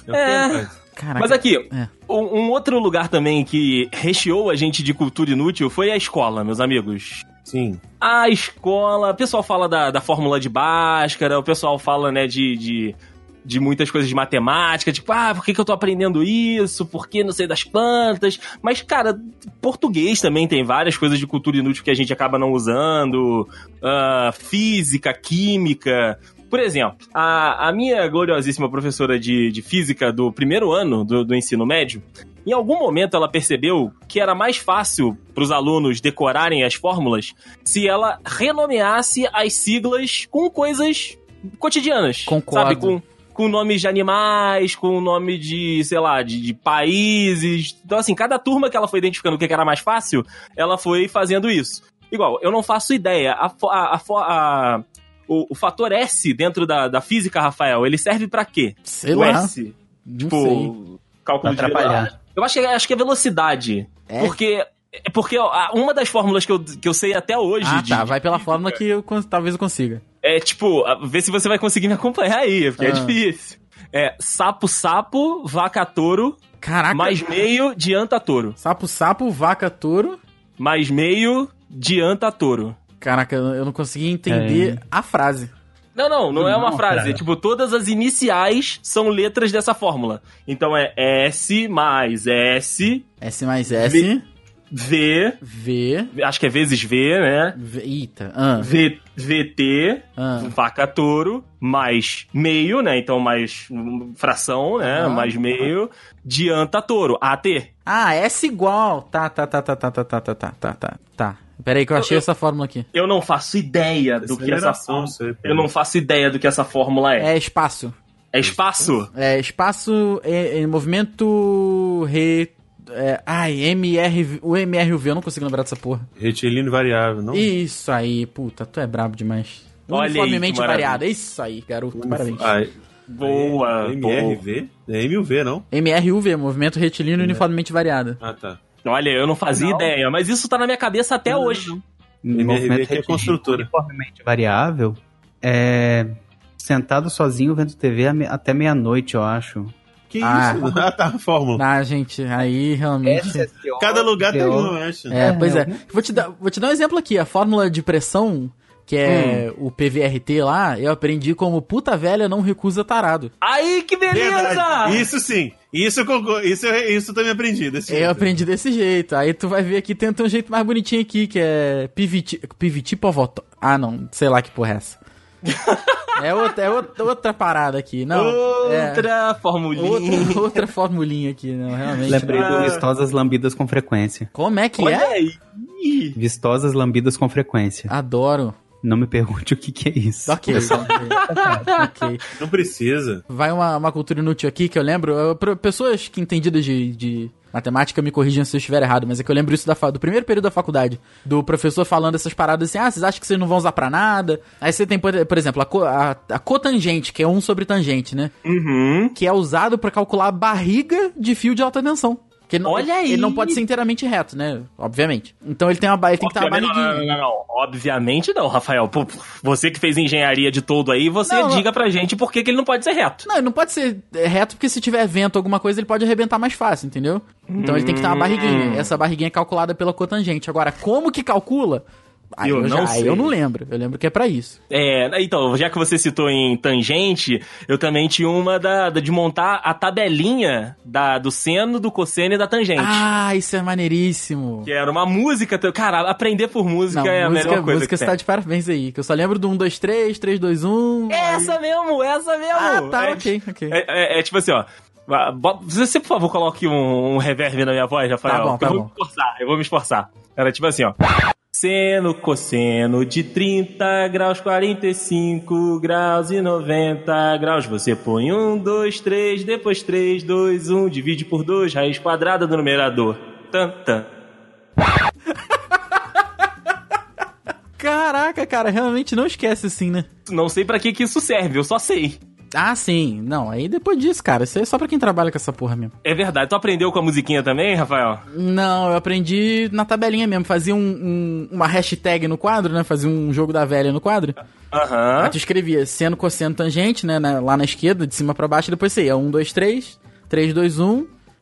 D: Eu
C: É.
D: tenho, mas-
B: Caraca.
C: Mas aqui,
B: É.
C: um, um outro lugar também que recheou a gente de cultura inútil foi a escola, meus amigos.
D: Sim.
C: A escola, o pessoal fala da, da fórmula de Bhaskara, o pessoal fala, né, de, de, de muitas coisas de matemática, tipo, ah, por que, que eu tô aprendendo isso? Por que não sei das plantas? Mas, cara, português também tem várias coisas de cultura inútil que a gente acaba não usando. Ah, física, química. Por exemplo, a, a minha gloriosíssima professora de, de física do primeiro ano do, do ensino médio, em algum momento ela percebeu que era mais fácil para os alunos decorarem as fórmulas se ela renomeasse as siglas com coisas cotidianas.
B: Concordo.
C: Sabe, com, com nome de animais, com nome de, sei lá, de, de países. Então, assim, cada turma que ela foi identificando o que que era mais fácil, ela foi fazendo isso. E Igual, eu não faço ideia. A, fo- a- a fo- a- o, o fator S dentro da, da física, Rafael, ele serve pra quê?
B: Sei
C: o
B: lá.
C: S,
B: não sei.
C: tipo,
E: Pra
C: cálculo de velocidade.
E: atrapalhar.
C: Eu acho que, acho que é velocidade.
B: É?
C: Porque, é porque ó, a- uma das fórmulas que eu, que eu sei até hoje
B: Ah,
C: de-
B: tá. Vai pela fórmula que eu cons- talvez eu consiga.
C: é tipo, a- vê se você vai conseguir me acompanhar aí, porque
B: Ah.
C: é difícil. É sapo, sapo, vaca, touro,
B: Caraca.
C: mais meio, dianta, touro.
B: Sapo, sapo, vaca, touro.
C: Mais meio, dianta, touro.
B: Caraca, eu eu não consegui entender
E: É.
B: a frase.
C: Não, não, não, é uma
E: Não,
C: frase.
E: cara.
C: É, tipo, todas as iniciais são letras dessa fórmula. Então é S mais S,
B: S mais S,
C: V,
B: V,
C: acho que é vezes V, né?
B: V eita, ah,
C: V, VT,
B: ah,
C: vaca touro, mais meio, né? Então mais hum, fração, né?
B: Ah.
C: mais meio, dianta touro, AT.
B: Ah, S igual, tá, tá, tá, tá, tá, tá, tá, tá, tá, tá, tá, tá. Pera aí que eu achei essa fórmula aqui.
C: Eu não faço ideia do que essa fórmula.
E: é
C: Eu não faço ideia do que essa fórmula é.
B: É espaço,
C: É espaço?
B: é espaço é, é movimento re... É, ai, MR, o MR e o V, eu não consigo lembrar dessa porra.
D: Retilíneo variável, não?
B: Isso aí, puta, tu é brabo demais.
C: Olha aí, que
B: Uniformemente
C: maravilha.
B: variado, é isso aí, garoto, parabéns.
D: Ah,
C: Boa. boa.
D: MRV? É MUV, não?
B: MR e o V, movimento retilíneo
C: É.
B: uniformemente variado.
D: Ah, tá.
C: Olha, eu não fazia ideia, mas isso tá na minha cabeça até hoje.
D: MRV
E: Movimento
D: aqui é
E: retilíneo
D: construtora.
E: Uniformemente variável. É... Sentado sozinho vendo TV ame- até meia-noite, eu acho.
D: Que
B: Ah.
D: isso? [laughs] Ah, tá, fórmula.
B: Ah, gente, aí realmente...
D: Cada lugar tem
E: Teó.
D: um, eu acho.
B: É,
E: É,
B: pois é.
E: algum-
B: Vou te, dar, vou te dar um exemplo aqui. A fórmula de pressão, que é o PVRT lá, eu aprendi como puta velha não recusa tarado.
C: Aí, que beleza!
D: Verdade. Isso sim. Isso eu, concor- isso eu, isso eu também aprendi. Desse
B: Eu
D: jeito.
B: aprendi desse jeito. Aí tu vai ver aqui, tem, tem um jeito mais bonitinho aqui, que é piviti, piviti povotó. Ah, não. Sei lá que porra é essa. é outra, é outra, outra parada aqui. Não, é
C: Outra formulinha.
B: outra, outra formulinha aqui. Não, realmente.
E: É, Lembrei
B: não.
D: Ah.
E: do vistosas lambidas com frequência.
B: Como é que
C: Olha
B: é?
C: aí.
E: Vistosas lambidas com frequência.
B: Adoro.
E: Não me pergunte o que, que é isso.
B: Ok. ok.
D: Não precisa.
B: Vai uma, uma cultura inútil aqui que eu lembro. eu- pra pessoas que entendidas de, de matemática me corrigem se eu estiver errado, mas é que eu lembro isso da fa- do primeiro período da faculdade. Do professor falando essas paradas assim: ah, vocês acham que vocês não vão usar pra nada? Aí você tem, por, por exemplo, a, co, a, a cotangente, que é 1 sobre tangente, né?
C: Uhum.
B: Que é usado pra calcular a barriga de fio de alta tensão. Que ele não,
C: Olha aí!
B: Ele não pode ser inteiramente reto, né? Obviamente. Então ele tem uma ba- ele tem que ter uma
C: Obviamente- não, não,
B: barriguinha.
C: não, não, não. Obviamente não, Rafael. Pô, Você que fez engenharia de todo aí, você
B: Não,
C: diga pra gente por que, que ele não pode ser reto.
B: Não, ele não pode ser é, reto, porque se tiver vento ou alguma coisa, ele pode arrebentar mais fácil, entendeu? Então ele tem que ter uma
C: Hum.
B: barriguinha. Essa barriguinha é calculada pela cotangente. Agora, como que calcula? Aí eu,
C: Eu
B: já-
C: não
B: aí
C: sei.
B: eu não lembro. Eu lembro que é pra isso.
C: É, então, já que você citou em tangente, eu também tinha uma da, da- de montar a tabelinha da, do seno, do cosseno e da tangente.
B: Ah, isso é maneiríssimo.
C: Que era uma música. Cara, aprender por música
B: não,
C: é a
B: música,
C: melhor coisa.
B: música
C: que
B: você
C: tem.
B: tá de parabéns aí. Que eu só lembro do 1, 2, 3, 3, 2, 1.
C: Essa mesmo, essa mesmo.
B: Ah, tá,
C: É,
B: ok, ok.
C: É, é- é tipo assim, ó. Va- bo- Você, por favor, coloque um, um reverb na minha voz, Rafael.
B: Tá bom,
C: porque
B: tá bom.
C: eu vou me esforçar, eu vou me esforçar. Era tipo assim, ó. Seno, cosseno de 30 graus, 45 graus e 90 graus. Você põe 1, 2, 3, depois 3, 2, 1, divide por 2, raiz quadrada do numerador. Tan, tan.
B: Caraca, cara, realmente não esquece assim, né?
C: Não sei pra que que isso serve, eu só sei.
B: Ah, sim. Não, aí depois disso, cara. Isso aí é só pra quem trabalha com essa porra mesmo.
C: É verdade. Tu aprendeu com a musiquinha também, Rafael?
B: Não, eu aprendi na tabelinha mesmo. Fazia um- um- uma hashtag no quadro, né? Fazia um jogo da velha no quadro.
C: Aham.
B: Aí tu escrevia seno, cosseno, tangente, né? na- lá na esquerda, de cima pra baixo. e Depois você ia 1, 2, 3, 3, 2, 1.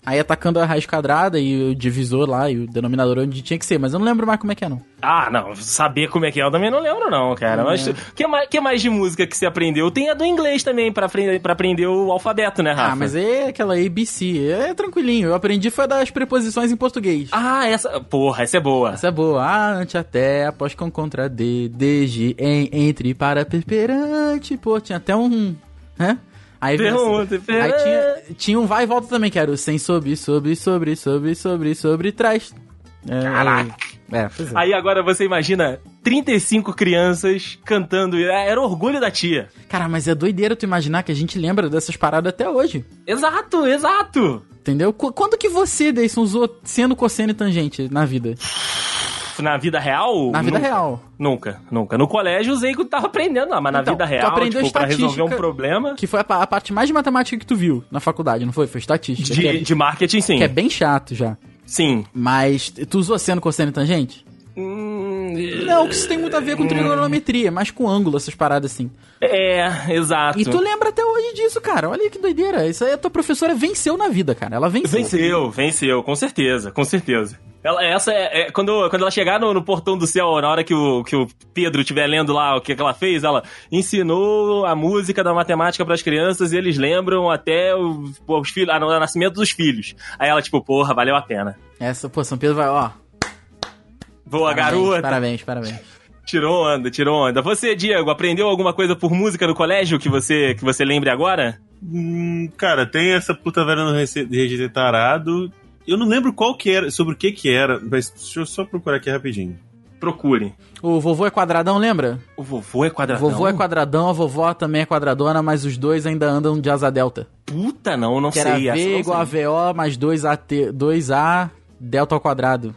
B: Aí atacando a raiz quadrada e o divisor lá e o denominador onde tinha que ser. Mas eu não lembro mais como é que é, não.
C: Ah, não. Saber como é que é, eu também não lembro, não, cara. Mas
B: Uhum.
C: o que, mais, que mais de música que você aprendeu? Tem a do inglês também, pra aprender, pra aprender o alfabeto, né, Rafa?
B: Ah, mas é aquela ABC. É tranquilinho. Eu aprendi foi das preposições em português.
C: Ah, essa. Porra, essa é boa.
B: Essa é boa. Ah, ante, até, após, com, contra, de, desde, em, entre, para, perperante. Pô, tinha até um... Né? Aí, vinha assim-
C: Pergunta,
B: aí
C: pergunta.
B: tinha, tinha um vai e volta também, que era o sem, sobre, sobre, sobre, sobre, sobre, sobre, trás. É,
C: Caraca.
B: É, pois é.
C: Aí agora você imagina 35 crianças cantando. e é, Era orgulho da tia.
B: Cara, mas é doideira tu imaginar que a gente lembra dessas paradas até hoje.
C: Exato, exato.
B: Entendeu? Qu- Quando que você, Deison, usou seno, cosseno e tangente na vida?
C: na vida real?
B: Na vida
C: nunca,
B: real.
C: Nunca, nunca. No colégio usei que tava aprendendo lá, mas na
B: Então,
C: vida
B: tu
C: real,
B: aprendeu
C: tipo, pra resolver um
B: estatística-
C: problema
B: Que foi a, pa- a parte mais de matemática que tu viu na faculdade, não foi? Foi estatística. que, é,
C: de, de marketing, sim.
B: que é bem chato já.
C: Sim.
B: Mas tu usou seno, cosseno e tangente?
C: Hum,
B: Não, que isso tem muito a ver com trigonometria, mas com ângulo, essas paradas assim.
C: É, exato.
B: E tu lembra até hoje disso, cara. Olha aí que doideira. Isso aí a tua professora venceu na vida, cara. Ela venceu.
C: Venceu, venceu, com certeza, com certeza. Ela, essa é, é- quando, quando ela chegar no, no portão do céu, na hora que o, que o Pedro estiver lendo lá o que, que ela fez, ela ensinou a música da matemática para as crianças e eles lembram até o, pô, os filhos, ah, não, o nascimento dos filhos. Aí ela, tipo, porra, valeu a pena.
B: Essa, pô, São Pedro vai, ó.
C: Boa,
B: parabéns,
C: garota.
B: Parabéns, parabéns.
C: Tirou onda, tirou onda. Você, Diego, aprendeu alguma coisa por música no colégio que você, que você lembre agora?
D: Hum, cara, tem essa puta velha no rece- Rejeitei Tarado. Eu não lembro qual que era, sobre o que que era, mas deixa eu só procurar aqui rapidinho.
C: Procure.
B: O vovô é quadradão, lembra?
C: O vovô é
B: O
C: quadradão?
B: vovô é quadradão, a vovó também é quadradona, mas os dois ainda andam de asa delta.
C: Puta, não, não
B: Que era
C: sei. essa eu
B: V
C: não
B: igual a
C: sei.
B: VO mais 2AT, 2A delta ao quadrado.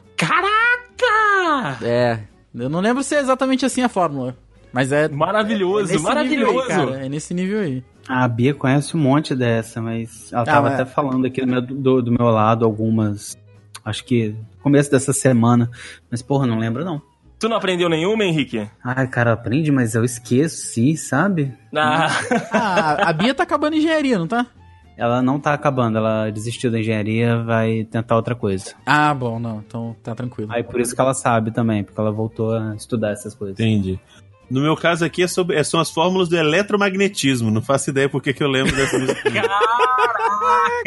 C: Caraca!
B: É. Eu não lembro se é exatamente assim a fórmula. Mas é.
C: Maravilhoso,
B: é nesse nível aí,
C: maravilhoso.
B: cara, é nesse nível aí.
E: A Bia conhece um monte dessa, Ah, mas ela tava
B: mas-
E: até falando aqui do meu, do, do meu lado algumas. Acho que começo dessa semana. Mas, porra, não lembro não.
C: Tu não aprendeu nenhuma, Henrique?
E: Ai, cara, aprende, mas eu esqueço, sim, sabe?
C: Ah,
B: Ah, a Bia tá acabando engenharia, não tá?
E: Ela não tá acabando, ela desistiu da engenharia, vai tentar outra coisa.
B: Ah, bom, não. Então tá tranquilo.
E: Aí por isso que ela sabe também, porque ela voltou a estudar essas coisas.
D: Entendi. No meu caso aqui é sobre, é- são as fórmulas do eletromagnetismo. Não faço ideia porque que eu lembro dessa música.
C: Caraca,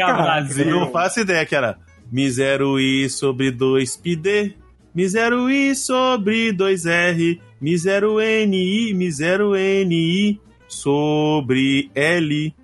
C: Ah, Brasil.
D: não faço ideia que era Mi zero I sobre 2πD, Mi zero I sobre 2R, Mi zero NI, Mi zero NI sobre L.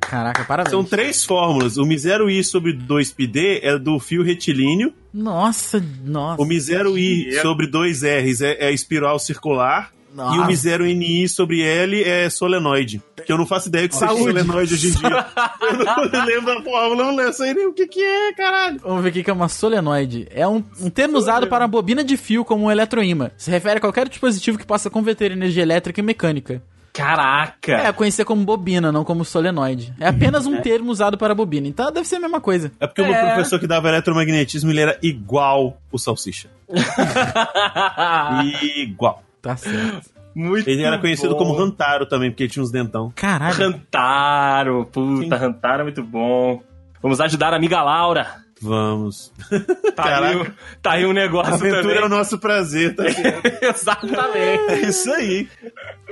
B: Caraca, parabéns.
D: São três fórmulas. O Mi zero I sobre 2πD é do fio retilíneo.
B: Nossa, nossa.
D: O Mi zero I sobre 2Rs é, é espiral circular. E o Mi
B: nossa.
D: zero NI sobre L é solenoide. Que eu não faço ideia do que seja
B: Saúde.
D: solenoide hoje em dia. eu não lembro da fórmula, eu não lembro sei nem o que que é, caralho.
B: Vamos ver o que que é uma solenoide. É um, um termo usado para a bobina de fio como um eletroímã. Se refere a qualquer dispositivo que possa converter energia elétrica em mecânica. É, [laughs]
C: Caraca.
B: conhecer como bobina, não como solenoide. É apenas um termo usado para bobina. Então deve ser a mesma coisa.
D: É porque o meu professor que dava eletromagnetismo, ele era igual o Salsicha. Igual.
B: Tá certo.
C: Muito
D: Ele era conhecido
C: Ah. bom.
D: como Rantaro também, porque ele tinha uns dentão.
C: [laughs]
B: Caralho.
C: Rantaro. Puta, Rantaro é muito bom. Vamos ajudar a amiga Laura.
D: Vamos.
C: Tá, aí, um- tá aí um negócio
D: Aventura é o
C: também.
D: nosso prazer, [laughs] tá
C: [laughs]
D: certo?
C: Exatamente.
D: É isso aí.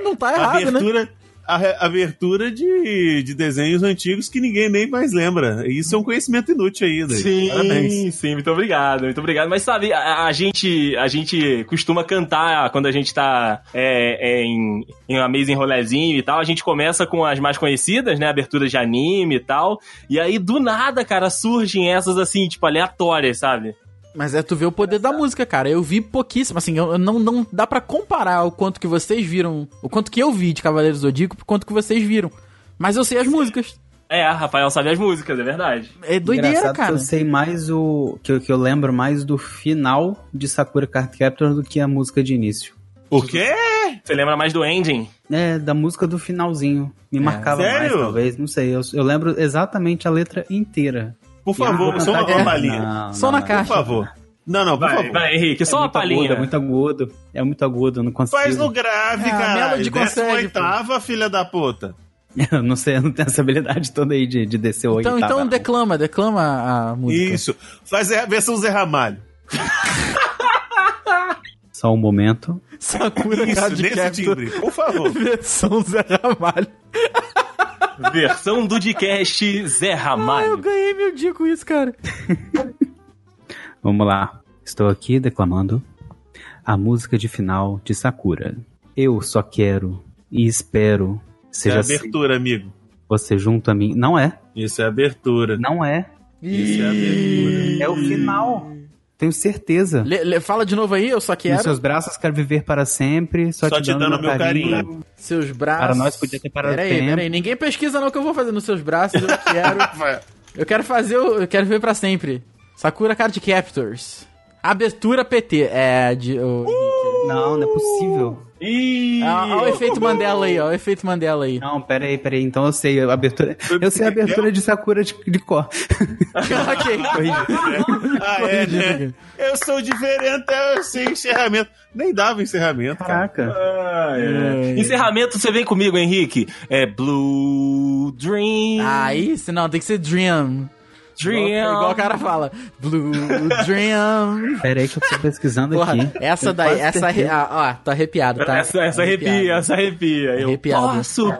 B: Não tá errado, né?
D: abertura, a re- abertura de, de desenhos antigos que ninguém nem mais lembra. Isso é um conhecimento inútil aí, daí.
C: Sim,
D: Parabéns.
C: sim, muito obrigado, muito obrigado. Mas sabe, a, a gente a gente costuma cantar quando a gente tá é, é, em, em uma mesa em rolezinho e tal, a gente começa com as mais conhecidas, né, aberturas de anime e tal, e aí do nada, cara, surgem essas assim, tipo, aleatórias, sabe?
B: Mas é tu vê o poder da música, cara. Eu vi pouquíssimo, assim, eu, eu não, não dá pra comparar o quanto que vocês viram, o quanto que eu vi de Cavaleiros do Zodíaco, pro quanto que vocês viram. Mas eu sei as músicas.
C: É, Rafael sabe as músicas, é verdade.
B: É doideira,
E: Engraçado que
B: cara.
E: eu sei mais o. Que eu, que eu lembro mais do final de Sakura Card Captor do que a música de início.
D: O quê?
C: Você lembra mais do Ending?
E: É, da música do finalzinho.
B: É.
E: Me marcava mais,
D: Sério?
E: talvez, não sei. Eu, eu lembro exatamente a letra inteira.
D: Por favor,
E: Ah,
D: só uma,
E: tá,
D: uma
E: é.
D: palhinha.
E: Não,
B: Só na
D: Por
B: caixa.
D: favor. Não, não, por
C: Vai,
D: favor.
C: vai, Henrique, só
E: é
C: uma
E: muito agudo,
C: palhinha.
E: É muito agudo. É muito agudo, eu não consigo.
D: Faz no grave,
B: É, a
D: cara.
B: Melody consegue,
D: oitava, filha da puta.
E: [laughs] Eu não sei, eu não tenho essa habilidade toda aí de, de descer tá, o
B: Então,
E: oitava,
B: então
E: não.
B: declama, declama a música.
D: Isso. Faz a versão Zé Ramalho.
E: Só um momento.
B: Sakura
D: Isso,
B: Card
D: nesse
B: Captor,
D: timbre. Por favor.
B: versão Zé Ramalho.
C: Versão do Dcast Zé
B: Eu
C: Ramalho.
B: ganhei meu dia com isso, cara.
E: Vamos lá. Estou aqui declamando a música de final de Sakura. Eu só quero e espero
D: é
E: seja sempre
D: abertura, amigo.
E: você junto a mim. Não é,
D: Isso é abertura.
E: não é.
D: Isso é abertura.
E: É o final. Tenho certeza.
B: Le- le- fala de novo aí, eu só quero.
E: Nos seus braços quero viver para sempre, só, te, dando, meu carinho.
B: Seus braços.
E: Para nós podia ter parado
B: Peraí,
E: o tempo.
B: peraí. Ninguém pesquisa não o que eu vou fazer nos seus braços. Eu quero. eu quero fazer. o- Eu quero ver pra sempre. Sakura Card Captors. Abertura PT. É, de. o- Ah,
E: Não, não é possível.
C: Ih!
B: Olha o efeito Mandela aí, ó. O efeito Mandela
E: [laughs]
B: aí.
E: Não, pera aí, pera aí. Então eu sei a abertura. Eu sei a abertura de Sakura de, de cor.
B: ok.
D: Ah, é, né? Eu sou diferente, eu sei encerramento. Nem dava encerramento, cara.
E: Caraca.
C: Ah, é. Encerramento, você vem comigo, Henrique. É Blue Dream.
B: Aí, se não, tem que ser Dream.
C: Dream.
B: Igual, igual o cara fala. Blue Dream.
E: Pera aí que eu tô pesquisando
B: Porra,
E: aqui.
B: essa daí, essa. arre- Ah, ó, tô arrepiado, tá?
C: essa, essa arrepia,
B: Arrepiado.
C: essa arrepia. Eu
B: Arrepiado.
C: posso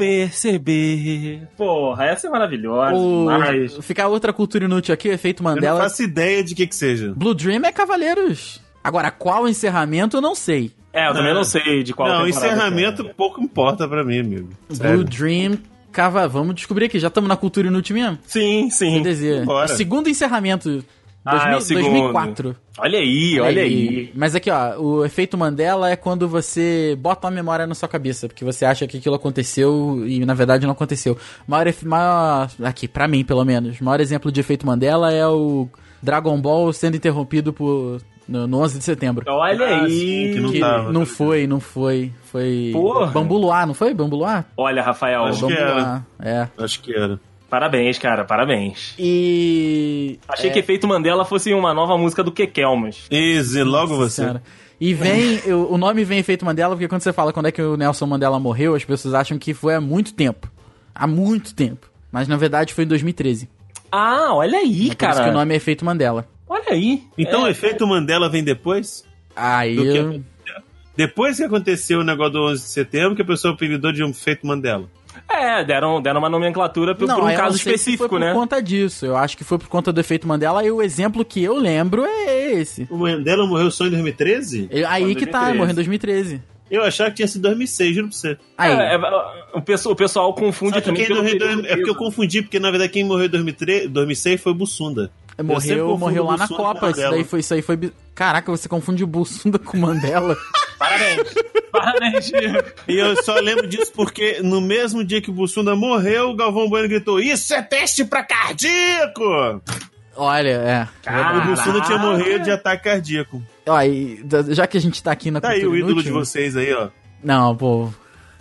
C: perceber. Porra, essa é maravilhosa. demais.
B: O... Ficar outra cultura inútil aqui, o efeito
D: Eu não
B: Mandela.
D: faço ideia de que que seja.
B: Blue Dream é Cavaleiros. Agora, qual encerramento eu não sei.
C: É, eu também não sei de qual
D: não,
C: temporada que é.
D: encerramento pouco importa pra mim, amigo.
B: Blue
D: Sério.
B: Dream, cava... vamos descobrir aqui. Já estamos na cultura inútil mesmo?
C: Sim, sim.
B: Dizia.
D: Bora.
B: O segundo encerramento.
C: Ah, é o
B: 2000
C: segundo.
B: 2004.
C: Olha aí, olha aí.
B: Mas aqui, ó, o efeito Mandela é quando você bota uma memória na sua cabeça, porque você acha que aquilo aconteceu e na verdade não aconteceu. O Maior, efe- maior aqui, pra mim pelo menos, o maior exemplo de efeito Mandela é o Dragon Ball sendo interrompido por, no, no 11 de setembro.
C: Olha
D: Ah,
C: aí.
D: sim, que não
B: Que
D: tava.
B: não foi, não foi. Foi.
C: Porra.
B: Bambu Luar, não foi? Bambu Luar?
C: Olha, Rafael,
D: Acho
C: vamos-
D: que era.
B: Luar, É.
D: Acho que era.
C: parabéns, cara, parabéns.
B: E.
C: Achei que Efeito Mandela fosse uma nova música do Kekelmas.
D: Easy, logo você.
B: Cara. E vem, o o nome vem efeito Mandela, porque quando você fala quando é que o Nelson Mandela morreu, as pessoas acham que foi há muito tempo. Há muito tempo. Mas na verdade foi em 2013.
C: Ah, olha aí,
B: Por isso que
C: cara.
B: o nome é efeito Mandela.
C: Olha aí.
D: Então
C: É.
D: o efeito Mandela vem depois?
B: Aí.
D: Do que-
B: eu-
D: Depois que aconteceu o negócio do 11 de setembro, que a pessoa apelidou de um efeito Mandela.
C: É, deram, deram uma nomenclatura por, por um
B: aí eu
C: caso
B: sei se
C: específico,
B: foi
C: né?
B: Por conta disso. Eu acho que foi por conta do efeito Mandela e o exemplo que eu lembro é esse.
D: O Mandela morreu só em 2013?
B: Eu- Aí que tá,
C: 2013.
B: morreu em 2013.
D: Eu achava que tinha sido 2006, juro pra você.
B: Aí.
C: É, é, o, pessoal, o pessoal confunde
D: Sabe
C: também
D: quem morreu em
C: período
D: dois- É porque eu confundi, porque na verdade quem morreu em 2003 2006 foi o Bussunda. sempre
B: É, Morreu,
D: confundo
B: morreu lá na
D: Bolsonaro com
B: Copa. Isso
D: Mandela.
B: daí foi, isso aí foi. bi- Caraca, você confunde o [laughs] Bolsunda com o Mandela.
C: Parabéns. Parabéns.
D: E eu só lembro disso porque no mesmo dia que o Bussunda morreu, o Galvão Bueno gritou: Isso é teste pra cardíaco!
B: Olha, é.
D: O Bussunda tinha morrido de ataque cardíaco.
B: Ó, e da- já que a gente tá aqui na
D: Tá aí o
B: cultura
D: ídolo
B: inútil-
D: de vocês aí, ó.
B: Não, pô.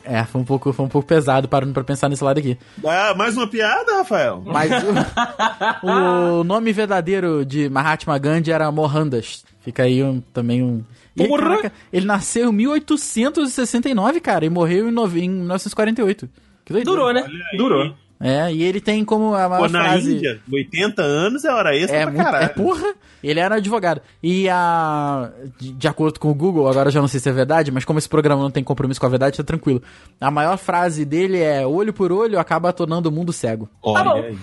B: É, foi um pouco, foi um pouco pesado parando pra pensar nesse lado aqui.
D: Ah, mais uma piada, Rafael?
B: Mas
D: [laughs]
B: o, o nome verdadeiro de Mahatma Gandhi era Mohandas. Fica aí um- também um. E ele,
C: Porra!
B: caraca, ele nasceu em 1869, cara, e morreu em, nove- em 1948. Que doideira.
C: Durou, né? Durou.
B: É, e ele tem como a maior
D: Pô, na
B: frase.
D: Índia, 80 anos é hora extra
B: É,
D: pra
B: muito, é
D: caralho.
B: porra. Ele era advogado. E a. De, de acordo com o Google, agora eu já não sei se é verdade, mas como esse programa não tem compromisso com a verdade, tá tranquilo. A maior frase dele é: olho por olho acaba tornando o mundo cego.
D: Olha
C: bom.
D: aí.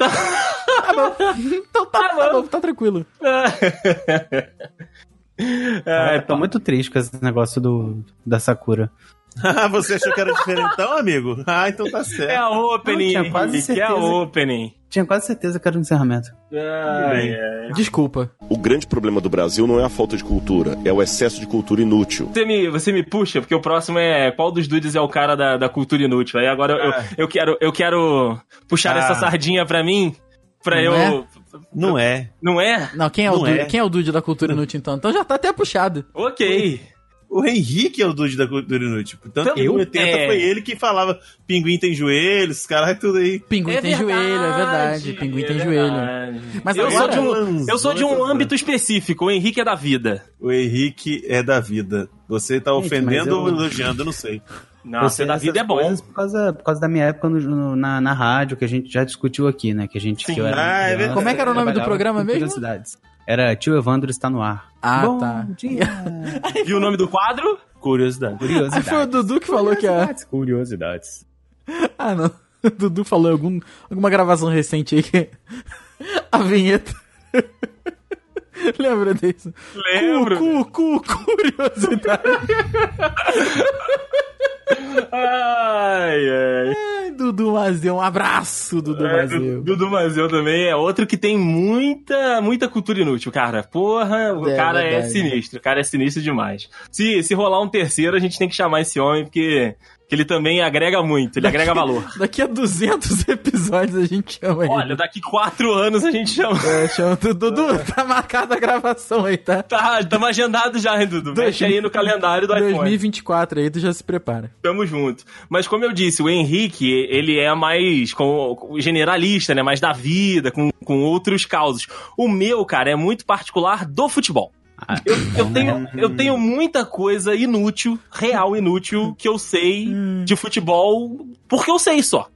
B: [laughs] Tá bom. então tá, tá,
C: Tá bom.
B: bom, tá tranquilo.
C: É,
E: eu
D: Tá
C: tá.
E: tô muito triste com esse negócio do, da Sakura.
D: Ah, Você achou que era diferentão, amigo? Ah, então tá
C: é
D: certo.
C: a opening.
E: Eu tinha quase
C: Henrique, É a
E: certeza.
C: opening.
E: Tinha quase certeza que era um encerramento.
C: Ai, ai.
D: bem.
B: É. Desculpa.
F: O grande problema do Brasil não é a falta de cultura, é o excesso de cultura inútil.
C: Você me, você me puxa, porque o próximo é qual dos dudes é o cara da, da cultura inútil. Aí agora eu,
D: Ah.
C: eu, quero, eu quero puxar
D: Ah.
C: essa sardinha pra mim, pra
B: Não
C: eu...
B: é?
D: Não é.
C: Não é?
B: Não, quem é, o
D: Não
B: dude,
D: é.
B: quem é o Dude da cultura inútil então? Então já tá até puxado.
C: Ok.
D: O Henrique é o dude da cultura inútil. Portanto,
C: Então,
D: em
C: eu?
D: 80
C: É.
D: foi ele que falava pinguim tem joelhos, caralho, tudo aí.
B: Pinguim
C: É
B: tem joelho, é verdade. Pinguim
C: é
B: tem joelho.
C: verdade.
B: Mas
C: eu,
B: agora-
C: sou de um,
D: Lanzou
C: eu sou de um
D: essa-
C: âmbito específico, o Henrique é da vida.
D: O Henrique é da vida. Você tá
E: Gente,
D: ofendendo
E: mas eu-
D: ou elogiando, eu não sei.
C: Não, ser da
E: essas
C: vida é bom.
E: coisas Por causa, por causa da minha época no- no- na, na rádio, que a gente já discutiu aqui, né? Que a gente.
C: Sim.
E: que eu
D: Ah, é
E: criança,
D: verdade.
B: Como é que era o nome do
E: trabalhava
B: programa
E: com
B: mesmo?
E: Curiosidades. Era Tio Evandro está no ar.
B: Ah,
E: Bom
B: tá. [laughs]
E: Dia.
C: Viu o nome do quadro?
D: Curiosidade.
B: Aí
E: Curiosidades. [laughs]
B: foi o Dudu que falou que é. a.
E: Curiosidades. Curiosidades.
B: Ah, não. [laughs] O Dudu falou em algum, alguma gravação recente aí que. [laughs] A vinheta. [laughs] Lembra disso?
C: Lembro.
B: Cu, cu, cu, curiosidade.
C: [laughs] Ai, ai.
B: Ai, Dudu Mazeu, um abraço, Dudu
C: É,
B: Mazeu.
C: Du- Dudu Mazeu também é outro que tem muita, muita cultura inútil, cara. Porra, o
B: É,
C: cara é
B: verdade.
C: sinistro, o cara é sinistro demais. Se, se rolar um terceiro, a gente tem que chamar esse homem, porque, porque Ele também agrega muito, ele agrega valor.
B: Daqui a 200 [laughs] episódios a gente chama ele.
C: [laughs] Olha, daqui quatro anos a gente chama. [laughs]
B: É, chama Dudu, Dudu, tá marcada a gravação aí, tá?
C: Tá, estamos agendados já, hein, Dudu? Mexe aí no calendário do iPhone.
B: 2024 aí, tu já se prepara.
C: Tamo junto. Mas como eu disse, o Henrique, ele é mais com- com- generalista, né? Mais da vida, com, com outros causos. O meu, cara, é muito particular do futebol.
E: Ah,
C: Eu, eu tenho, eu tenho muita coisa inútil, real inútil, que eu sei de futebol, porque eu sei só.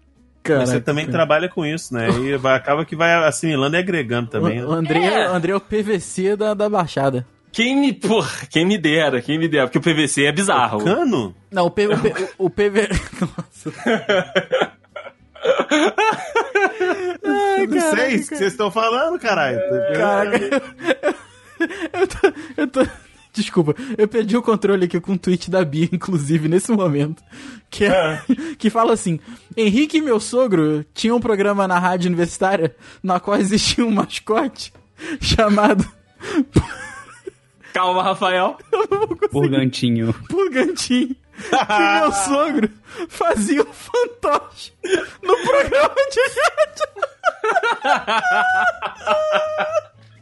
B: Cara,
D: Mas você também tá trabalha com isso, né? E vai- acaba que vai assimilando e agregando também.
B: O
D: né?
B: o André
C: É.
B: o André é o PVC da, da Baixada.
C: Quem me, porra, quem me dera, quem me dera, porque o PVC é bizarro.
D: Cano?
B: Não, o, P, o, P, o- o PV. [laughs] Nossa. Ai, caraca,
D: Não sei o que
B: cara.
D: vocês estão falando, caralho.
B: Caraca. Eu tô, eu tô. Desculpa, eu perdi o controle aqui com o tweet da Bia, inclusive, nesse momento. Que, é- [laughs] que fala assim: Henrique e meu sogro tinham um programa na rádio universitária na qual existia um mascote chamado [laughs]
C: Calma, Rafael.
E: Purgantinho.
B: Purgantinho. E [laughs] meu sogro fazia o fantoche no programa de rádio.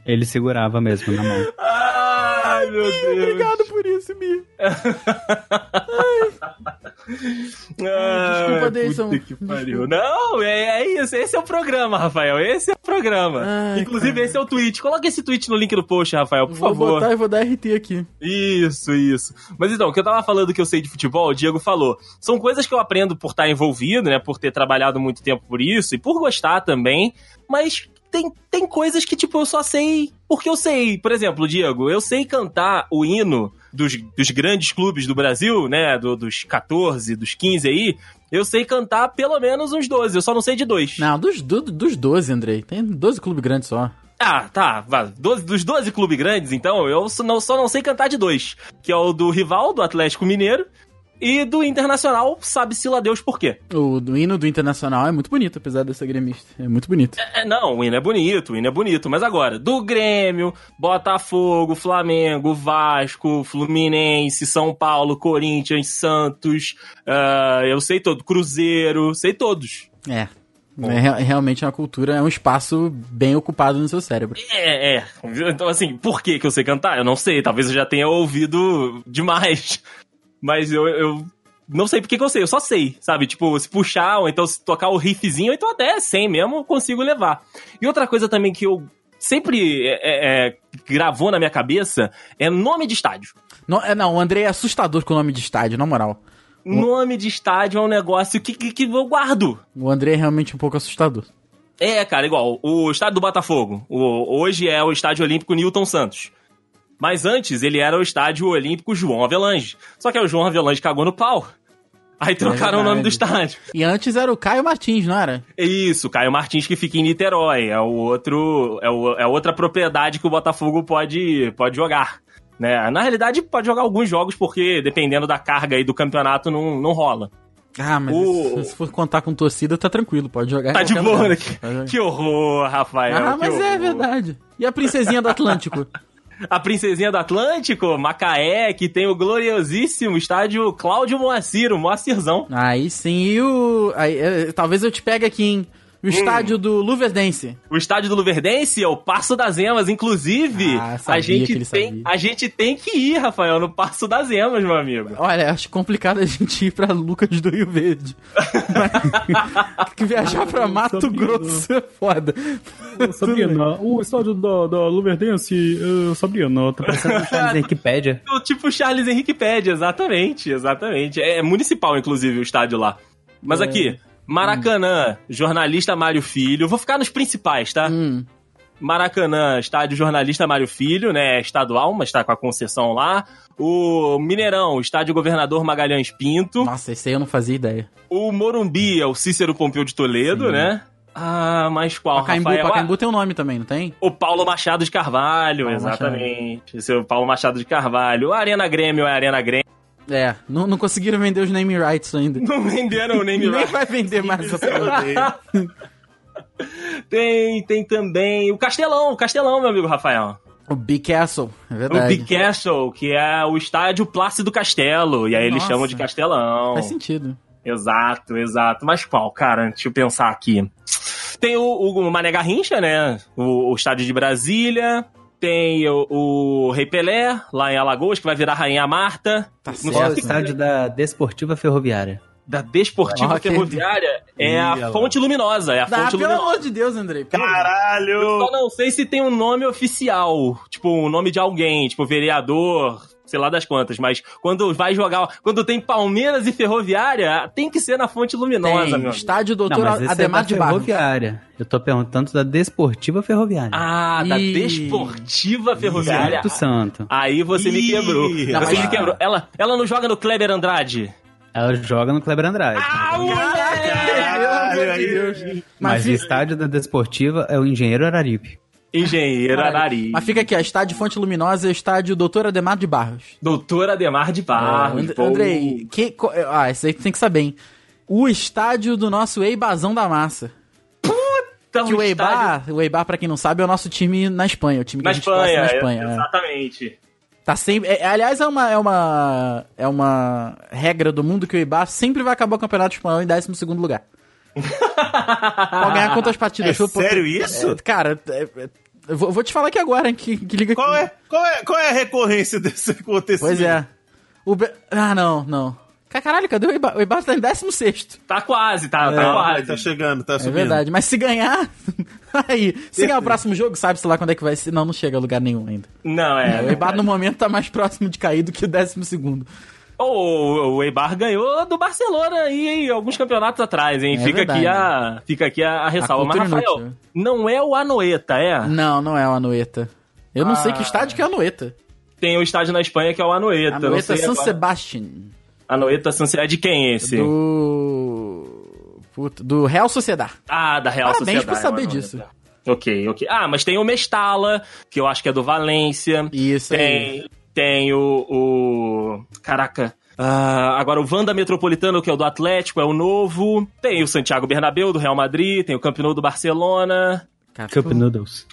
E: Ele segurava mesmo na mão.
C: Ai, meu Deus.
B: Obrigado por isso, Bia.
C: Ai,
B: Desculpa, Deison.
C: puta que pariu. Não, é, é isso. Esse é o programa, Rafael. Esse é o programa.
B: Ai,
C: Inclusive, esse é o tweet. Coloca esse tweet no link do post, Rafael, por
B: Vou
C: favor.
B: botar e vou dar RT aqui.
C: Isso, isso. Mas então, o que eu tava falando que eu sei de futebol, o Diego falou. São coisas que eu aprendo por estar envolvido, né? Por ter trabalhado muito tempo por isso e por gostar também. Mas tem, tem coisas que, tipo, eu só sei porque eu sei. Por exemplo, Diego, eu sei cantar o hino dos, dos grandes clubes do Brasil, né? do- dos 14, dos 15 aí. Eu sei cantar pelo menos uns 12. Eu só não sei de dois.
B: Não, dos, do, dos 12, Andrei. Tem 12 clubes grandes só.
C: Ah, tá. vá, 12 dos 12 clubes grandes, então, eu só não, só não sei cantar de dois. Que é o do rival, do Atlético Mineiro, e do Internacional, sabe-se lá Deus por quê.
B: O do hino do Internacional é muito bonito, apesar dessa gremista. É muito bonito.
C: É, não, o hino é bonito, o hino é bonito, mas agora, do Grêmio, Botafogo, Flamengo, Vasco, Fluminense, São Paulo, Corinthians, Santos, ah, eu sei todo, Cruzeiro, sei todos.
B: É. É re- realmente é uma cultura, é um espaço bem ocupado no seu cérebro.
C: É, é. Então, assim, por que que eu sei cantar? Eu não sei. Talvez eu já tenha ouvido demais. [laughs] Mas eu, eu não sei por que que eu sei. Eu só sei, sabe? Tipo, se puxar, ou então se tocar o riffzinho, ou então até sem mesmo, eu consigo levar. E outra coisa também que eu sempre é, é, é, gravou na minha cabeça é nome de estádio.
B: Não, é, não, o Andrei é assustador com o nome de estádio, na moral.
C: Nome de estádio é um negócio que, que, que eu guardo.
B: O Andrei é realmente um pouco assustador.
C: É, cara, igual o estádio do Botafogo. O- hoje é o estádio olímpico Newton Santos. Mas antes ele era o estádio olímpico João Avelange. Só que aí o João Avelange cagou no pau. Aí
B: É
C: trocaram o nome do estádio.
B: E antes era o Caio Martins, não era?
C: É Isso, Caio Martins que fica em Niterói. É o outro, é, o- é outra propriedade que o Botafogo pode, pode jogar. Né? Na realidade, pode jogar alguns jogos, porque dependendo da carga aí do campeonato, não, não rola.
B: Ah, mas
C: O-
B: se- se for contar com torcida, tá tranquilo, pode jogar. em
C: Tá de
B: qualquer
C: boa,
B: lugar.
C: né?
B: Pode jogar.
C: Que horror, Rafael.
B: É Ah,
C: que
B: mas é
C: horror.
B: verdade. E a princesinha do Atlântico?
C: A princesinha do Atlântico, Macaé, que tem o gloriosíssimo estádio Cláudio Moacir, o Moacirzão.
B: Aí sim, e o. aí, é, talvez eu te pegue aqui, hein? O estádio do Luverdense.
C: O estádio do Luverdense é o Passo das Emas, inclusive.
B: Ah, sabia
C: a gente
B: que ele
C: tem,
B: sabia.
C: a gente tem que ir, Rafael, no Passo das Emas, meu amigo.
B: Olha, acho complicado a gente ir pra Lucas do Rio Verde. Mas, [laughs] que viajar pra Mato
G: sabia,
B: Grosso é foda.
G: Sabrina, o estádio da, da Luverdense, eh, Sabrina, tá parecendo...
E: Tá na Wikipédia.
C: O Tipo Charles Henrique Pede, exatamente, exatamente. É, é municipal, inclusive, o estádio lá. Mas
B: É.
C: aqui, Maracanã, jornalista Mário Filho. Vou ficar nos principais, tá?
B: Hum,
C: Maracanã, estádio jornalista Mário Filho, né? Estadual, mas tá com a concessão lá. O Mineirão, estádio governador Magalhães Pinto.
B: nossa, esse aí eu não fazia ideia.
C: O Morumbi é o Cícero Pompeu de Toledo, né? Ah, mas qual,
B: Pacaembu,
C: Rafael?
B: Pacaembu tem um nome também, não tem?
C: Ah, O Paulo Machado de Carvalho,
B: Paulo
C: exatamente. Esse é o Paulo Machado de Carvalho. A Arena Grêmio é a Arena Grêmio.
B: É, não, não conseguiram vender os name rights [laughs] ainda.
C: Não venderam o name
B: Nem
C: rights.
B: vai vender mais essa porra.
C: Tem, tem também o Castelão, o Castelão, meu amigo Rafael.
B: O Big Castle, é
C: O
B: verdade.
C: Big Castle, que é o estádio Plácido Castelo. E aí eles
B: Nossa.
C: chamam de Castelão.
B: Faz sentido.
C: Exato, exato. Mas qual, cara? Deixa eu pensar aqui. Tem o, o Mané Garrincha, né? O, o estádio de Brasília. Tem o, o Rei Pelé, lá em Alagoas, que vai virar Rainha Marta.
B: Tá
C: Não
E: Qual é o
C: sei se-
E: estádio da Desportiva Ferroviária?
C: Da Desportiva
B: Ok.
C: Ferroviária é
D: Ih,
C: a
D: olha
C: fonte luminosa. É a
B: Dá,
C: fonte
B: pelo
C: luminosa.
B: amor de Deus, Andrei. pelo amor de Deus.
C: Eu
D: Caralho!
C: só não sei se tem um nome oficial, tipo, um nome de alguém, tipo, vereador, sei lá das quantas, mas quando vai jogar, quando tem Palmeiras e Ferroviária, tem que ser na fonte luminosa, meu
B: Tem,
C: amigo.
B: estádio
E: Não,
B: Doutor
E: mas esse é
B: Ademar
E: da
B: de Barros.
E: Ferroviária. Eu tô perguntando da Desportiva Ferroviária.
C: Ah, da
B: Ih.
C: Desportiva Ferroviária.
E: Santo Santo.
C: Aí você me
D: Ih,
C: quebrou.
D: Não,
C: você
B: mas-
C: me quebrou. Ela, ela não joga no Kleber Andrade.
E: Ela joga no Kleber Andrade.
C: Ah, moleque!
D: Caralho, aí-
E: mas o
B: fi-
E: estádio da Desportiva é o Engenheiro Araripe.
C: Engenheiro Arari.
B: Mas fica aqui, ó, estádio Fonte Luminosa e estádio Doutor Ademar de Barros. É,
C: Doutor Ademar de Barros.
B: And-
C: pô.
B: Ah, Andrei, que, co- ah, esse aí tu tem que saber, hein? O estádio do nosso Eibazão da Massa.
C: Então,
B: Que o
C: estádio-
B: Eibar, o Eibar, pra quem não sabe, é o nosso time na Espanha. O time que
C: Na
B: a gente torce
C: Espanha,
B: na Espanha. é.
C: exatamente.
B: Tá sempre. é- aliás, é uma, é uma. É uma regra do mundo que o Eibar sempre vai acabar o Campeonato Espanhol em 12 º lugar. Pode ganhar quantas
D: É
B: partidas? Pô, pô,
D: sério
B: é,
D: isso?
B: cara, é, é, eu vou, vou te falar aqui agora, hein, que, que liga
D: Qual
B: que-
D: é, qual, é, qual é a recorrência [laughs] desse acontecimento?
B: Pois é. O Be- Ah, não, não. Ca- Caralho, cadê o Eibar? O Eibar tá em 16
C: Tá quase, tá, tá
D: Calma,
C: quase.
D: tá chegando, tá
B: É
D: subindo.
B: verdade, mas se ganhar. [laughs] aí, se ganhar o próximo jogo, sabe, sei lá quando é que vai ser. Não, não chega a lugar nenhum ainda.
C: Não, é.
B: O Eibar no momento tá mais próximo de cair do que o 12.
C: O, o Eibar ganhou do Barcelona aí, hein, alguns campeonatos atrás, hein?
B: É
C: fica, aqui
B: verdade.
C: a, fica aqui a, a ressalva. Mas,
B: cultura
C: Rafael,
B: inútil. né?
C: não é o Anoeta, é?
B: Não, não é o Anoeta. Eu não sei que estádio que é o Anoeta.
C: Tem o estádio na Espanha que é o Anoeta. não
B: Anoeta
C: sei
B: San
C: agora.
B: Sebastian.
C: Anoeta San Sebastián. É de quem esse?
B: Do. Puta, do Real Sociedad.
C: Ah, da Real
B: Parabéns
C: Sociedade.
B: por saber
C: Anoeta.
B: disso.
C: Ok, ok. Ah, mas tem o Mestala, que eu acho que é do Valência.
B: Isso aí.
C: Tem, tem o, o- Caraca. Ah, agora o Wanda Metropolitano, que é o do Atlético, é o novo. Tem o Santiago Bernabéu, do Real Madrid. Tem o Camp Nou do Barcelona.
B: Cara,
E: Cup
B: tu-
E: Noodles.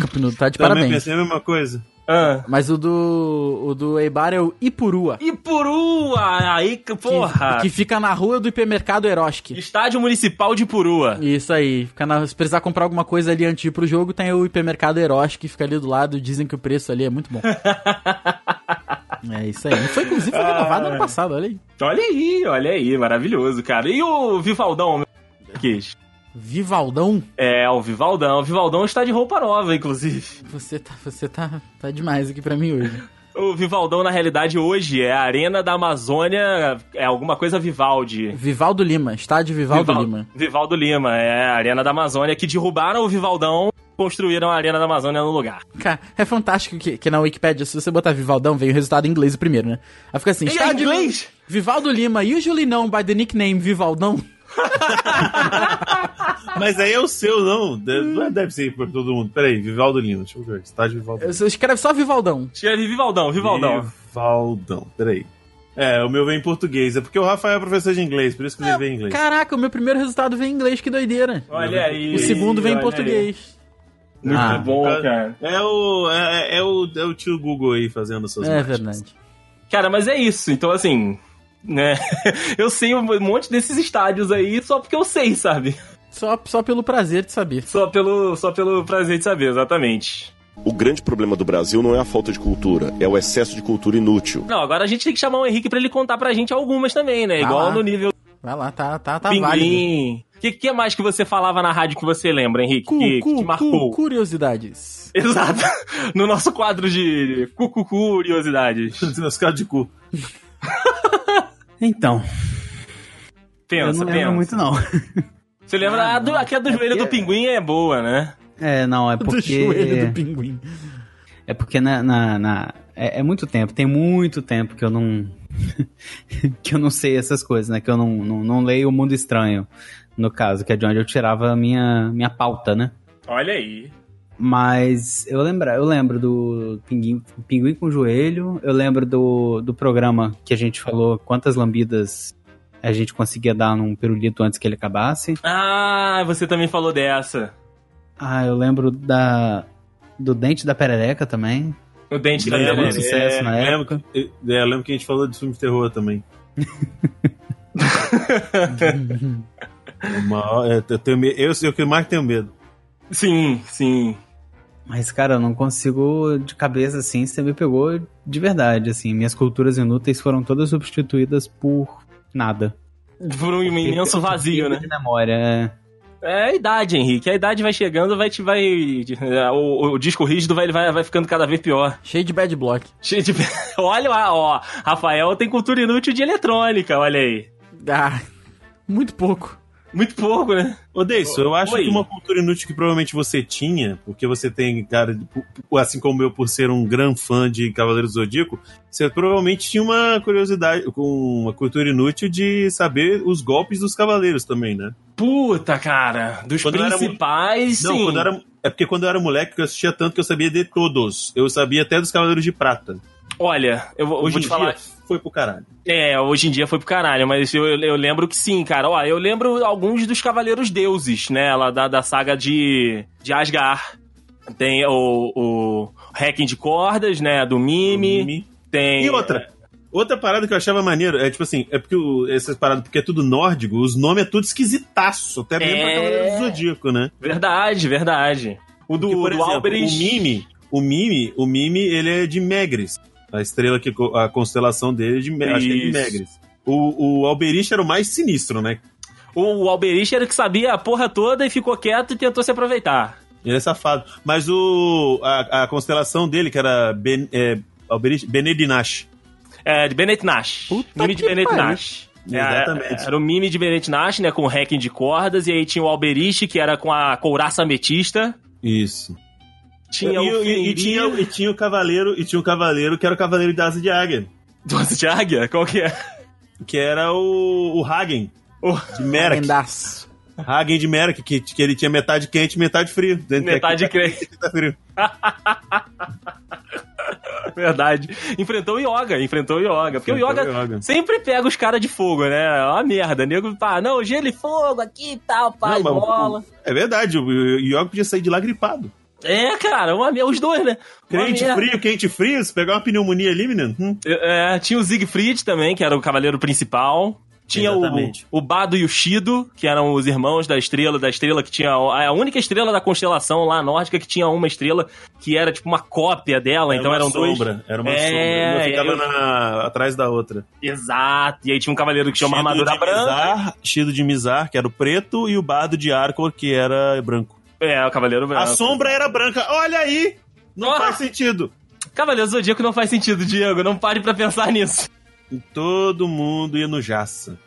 B: Cup Noodle, tá de
D: Também
B: parabéns.
D: pensei a mesma coisa.
C: Ah.
B: Mas o do. O do Eibar é o Ipurua.
C: Ipurua! Aí,
B: que-
C: que- porra!
B: Que, fica na rua do hipermercado Eroski.
C: Estádio Municipal de Ipurua.
B: Isso aí. Fica na- se precisar comprar alguma coisa ali antes de ir pro jogo, tem o hipermercado Eroski que fica ali do lado. Dizem que o preço ali é muito bom. é isso aí. Foi, inclusive, foi renovado ano passado, olha aí.
C: Olha aí, olha aí, maravilhoso, cara. E o Vivaldão, meu quis?
B: Vivaldão.
C: É, o Vivaldão. O Vivaldão está de roupa nova, inclusive.
B: Você tá, você tá, tá demais aqui pra mim hoje.
C: O Vivaldão, na realidade, hoje é a Arena da Amazônia, é alguma coisa Vivaldi.
B: Vivaldo Lima, estádio Vivaldo
C: Vival-
B: Lima.
C: Vivaldo Lima, é a Arena da Amazônia, que derrubaram o Vivaldão, construíram a Arena da Amazônia no lugar.
B: Cara, é fantástico que, que na Wikipedia, se você botar Vivaldão, vem o resultado em inglês o primeiro, né? Aí fica assim,
C: Ele é
B: estádio
C: inglês?
B: Vivaldo Lima, usually known by the nickname Vivaldão.
D: Mas aí é o seu, não. Deve, não é, deve ser por todo mundo. Peraí, Vivaldo Lima, deixa eu ver. Estádio Vivaldo Lima.
B: Você escreve só Vivaldão.
C: Escreve Vivaldão, Vivaldão.
D: Vivaldão, peraí. É, o meu vem em português. É porque o Rafael é professor de inglês, por isso que ele vem em inglês.
B: Caraca, o meu primeiro resultado vem em inglês, que doideira.
C: Olha aí.
B: O segundo vem em
C: olha aí.
B: português.
C: Muito
E: Ah,
C: bom, cara.
D: É o, é, é o, é o tio Google aí fazendo suas
B: É
D: mágicas. [laughs]
B: verdade.
C: Cara, mas é isso. Então, assim, né? [laughs] Eu sei um monte desses estádios aí só porque eu sei, sabe? [laughs]
B: Só, só pelo prazer de saber.
C: Só pelo, só pelo prazer de saber, exatamente.
F: O grande problema do Brasil não é a falta de cultura, é o excesso de cultura inútil.
C: Não, agora a gente tem que chamar o Henrique pra ele contar pra gente algumas também, né?
B: Tá
C: Igual
B: lá.
C: no nível
B: Vai lá, tá, tá, tá válido.
C: Pinguim. O que, que mais que você falava na rádio que você lembra, Henrique?
B: Cu,
C: que, que
B: cu,
C: te
B: cu,
C: marcou?
B: curiosidades.
C: [laughs] Exato. No nosso quadro de cu, cu, curiosidades.
D: Os caras de cu.
E: Então, eu
C: Pensa,
E: não
C: pensa.
E: lembro muito Ah, não.
C: Você lembra? a, do, aqui a do joelho do pinguim é boa, né?
E: É, não, é
B: Do joelho do
E: porque...
B: pinguim.
E: É porque na... na- na- é, é muito tempo, tem muito tempo que eu não... [laughs] que eu não sei essas coisas, né? Que eu não, não, não leio o Mundo Estranho, no caso, que é de onde eu tirava a minha, minha pauta, né?
C: Olha aí.
E: Mas eu lembro, eu lembro do Pinguim, Pinguim com Joelho, eu lembro do, do programa que a gente falou quantas lambidas a gente conseguia dar num pirulito antes que ele acabasse.
C: Ah, você também falou dessa.
E: Ah, eu lembro da do Dente da Perereca também.
C: O dente da
D: Lembra,
E: Lembro
C: Perereca.
E: muito sucesso na
D: é, lembro
E: época. [laughs]
D: É, eu lembro que a gente falou de filme de terror também. Uma- é, eu, tenho, me- eu sei o que mais tenho medo.
C: Sim, sim.
E: Mas, cara, eu não consigo de cabeça assim. Você me pegou de verdade, assim. Minhas culturas inúteis foram todas substituídas por nada.
C: Por um imenso vazio, né?
E: De memória. é.
C: É a idade, Henrique. A idade vai chegando, vai te vai. é, O, o disco rígido vai, vai, vai ficando cada vez pior. [laughs]
B: Cheio de bad block.
C: Cheio de- olha lá, ó. Rafael tem cultura inútil de eletrônica, olha aí.
B: Ah, muito pouco.
C: Muito pouco, né?
D: Ô, Deison, eu acho
C: Oi.
D: que uma cultura inútil que provavelmente você tinha, porque você tem, cara, de- assim como eu, por ser um grande fã de Cavaleiro do Zodíaco, você provavelmente tinha uma curiosidade, com uma cultura inútil de saber os golpes dos cavaleiros também, né?
C: Puta, cara. Dos
D: Quando eu era mu-
C: principais,
D: Não,
C: sim.
D: quando eu era. É porque quando eu era moleque que eu assistia tanto que eu sabia de todos. Eu sabia até dos Cavaleiros de Prata.
C: Olha, eu, vou- eu
D: Hoje
C: vou
D: em
C: te falar.
D: dia foi pro caralho.
C: É, hoje em dia foi pro caralho, mas eu, eu lembro que sim, cara. Ó, eu lembro alguns dos Cavaleiros Deuses, né? Lá da, da saga de, de Asgard. Tem o, o Hacking de Cordas, né? Do Mimi. Tem.
D: E outra. Outra parada que eu achava maneiro é tipo assim, é porque o- essas paradas, porque é tudo nórdico, os nomes é tudo esquisitaço, até mesmo pra
C: É.
D: Cavaleiros do Zodíaco, né?
C: Verdade, verdade. O do,
D: Porque, por
C: do
D: exemplo,
C: Álvares-
D: o Mimi, o Mimi, o Mimi, ele é de Megres. A estrela que co- a constelação dele é de, Me- acho que é de
C: Isso.
D: Megres. O, o Alberich era o mais sinistro, né?
C: O, o Alberich era o que sabia a porra toda e ficou quieto e tentou se aproveitar.
D: Ele é safado. Mas o a, a constelação dele, que era ben, é, Alberich, Benedinash.
C: É, de Bennett Nash.
B: Puta
C: Mimi de
B: que
C: Bennett
B: pariu.
C: Nash. É,
D: Exatamente.
C: Era o mime de Bennett Nash, né? Com o hacking de cordas. E aí tinha o Alberich, que era com a couraça ametista.
D: Isso.
C: Tinha
D: e,
C: o
D: e- e
C: Fenrir. [laughs]
D: tinha, e tinha o cavaleiro, e tinha o cavaleiro que era o cavaleiro da asa de águia,
C: Do Asa de Águia? Qual que
D: [laughs]
C: é?
D: que era o, o Hagen
C: O-
D: de Merak.
B: Lendaço.
D: Hagen de Merak, que, que ele tinha metade quente, e metade frio. Dentro
C: Metade
D: daqui,
C: crente.
D: tá frio.
C: Verdade. Enfrentou o Yoga, enfrentou o Yoga. Porque
D: Enfrentou
C: o Yoga,
D: o Então, Yoga.
C: sempre pega os caras de fogo, né? É uma merda. Nego, pá, não, gelo e fogo aqui e tal, pá,
D: Não,
C: e
D: mas o-
C: bola.
D: É verdade, o o Yoga podia sair de lá gripado.
C: É, cara, uma merda. Os dois, né? Uma
D: Crente
C: merda.
D: frio, quente frio, se pegar uma pneumonia ali, menino. hum.
C: É, tinha o Siegfried também, que era o cavaleiro principal. Tinha o,
D: Exatamente.
C: o Bado e o Shido, que eram os irmãos da estrela, da estrela que tinha. A única estrela da constelação lá nórdica que tinha uma estrela que era tipo uma cópia dela, então
D: uma
C: eram
D: sombra,
C: dois.
D: Era uma
C: É,
D: sombra. Uma ficava
C: eu-
D: na- atrás da outra.
C: Exato. E aí tinha um cavaleiro que tinha uma
D: Shido
C: armadura
D: de
C: branca.
D: Mizar, Shido de Mizar, que era o preto, e o Bardo de Arcor, que era branco.
C: É, o cavaleiro branco.
D: A sombra era branca. Olha aí! Não
C: Ah.
D: faz sentido.
C: Cavaleiro Zodíaco não faz sentido, Diego. Não pare pra pensar nisso.
D: E todo mundo ia no Jaça.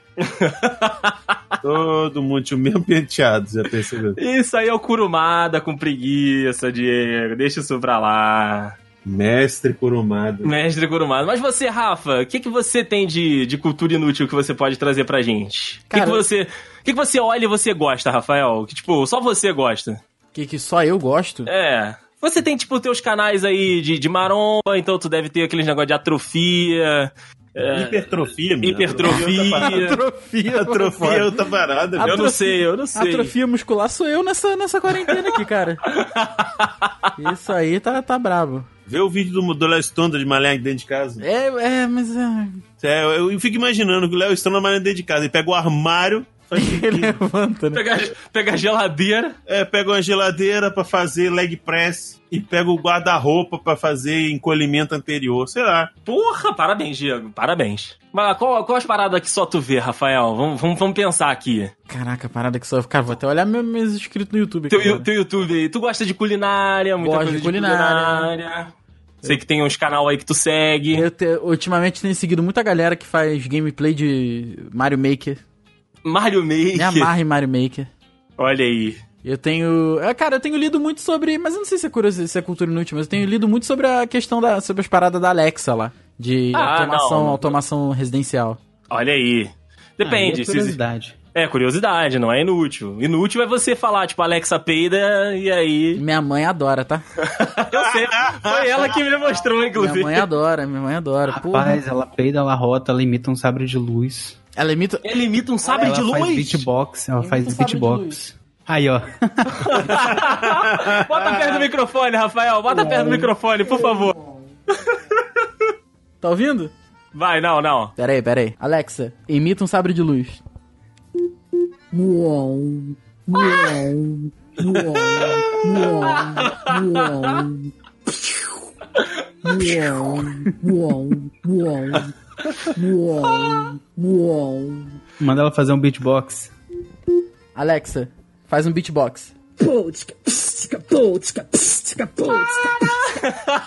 D: todo mundo tinha o mesmo penteado, já percebeu?
C: Isso aí é o Kurumada com preguiça, Diego. Deixa isso pra lá.
D: Mestre Kurumada.
C: Mestre Kurumada. Mas você, Rafa, o que, que você tem de, de cultura inútil que você pode trazer pra gente? O que,
B: Cara,
C: que você. O que, que você olha e você gosta, Rafael? Que, tipo, só você gosta.
B: Que, que só eu gosto.
C: É. Você tem, tipo, teus canais aí de, de maromba, então tu deve ter aqueles negócio de atrofia. É,
D: Hipertrofia, menino.
C: hipertrofia.
B: Atrofia.
D: Atrofia é outra parada.
C: Eu
D: meu.
C: não sei, eu não sei.
B: Atrofia muscular sou eu nessa, nessa quarentena aqui, cara. Isso aí tá, tá brabo.
D: Vê o vídeo do, do Léo Stronda de malhar dentro de casa.
B: É, é, mas. ah,
D: É, eu, eu fico imaginando que o Léo Stronda malhar dentro de casa. Ele pega o armário, faz
B: Ele levanta, né?
C: Pegar, pegar geladeira.
D: É, pega uma geladeira pra fazer leg press e pega o guarda-roupa pra fazer encolhimento anterior, sei lá.
C: Porra, parabéns, Diego. Parabéns. Mas qual, qual as paradas que só tu vê, Rafael? Vamos, vamos, vamos pensar aqui.
B: Caraca, parada que só. Cara, vou até olhar meu- meus inscritos no YouTube.
C: Teu,
B: cara.
C: Yu- teu YouTube aí. Tu gosta de culinária, muita
B: Gosto
C: coisa
B: de
C: de
B: culinária.
C: culinária. Sei que tem uns canal aí que tu segue.
B: Eu te- ultimamente tenho seguido muita galera que faz gameplay de Mario Maker.
C: Mario
B: Me
C: Maker.
B: amarra em Mario Maker.
C: Olha aí.
B: Eu tenho. é, Cara, eu tenho lido muito sobre. Mas eu não sei se é, curioso, se é cultura inútil, mas eu tenho lido muito sobre a questão da. sobre as paradas da Alexa lá. De
C: Ah,
B: automação,
C: não.
B: automação residencial.
C: Olha aí. Depende.
E: Ah, e é
C: se-
E: curiosidade.
C: é, curiosidade, não é inútil. Inútil é você falar, tipo, Alexa peida
B: [laughs]
C: e aí.
B: Minha mãe adora, tá?
C: Eu sei. Foi ela que me mostrou,
B: Minha
C: inclusive.
B: mãe adora, minha mãe adora. Porra.
E: Rapaz, ela peida, ela rota, ela imita um sabre de luz.
B: Ela imita.
C: Ela imita um sabre
E: ela
C: de luz.
E: faz beatbox, ela
B: Imita um
E: faz
B: sabre de
E: beatbox. Aí,
C: [laughs]
E: ó. [laughs]
C: Bota perto do microfone, Rafael. Bota perto do microfone, por favor.
B: Tá ouvindo?
C: Vai, não, não.
B: Pera aí, pera aí. Alexa, imita um sabre de luz.
H: Muon. Muon. Muon. Muon. Muon. Muon. Muon. Muon. Muon.
E: Manda ela fazer um beatbox.
B: Alexa, faz um beatbox.
H: Poutica, pstica, poutica, pstica, poutica, pstica,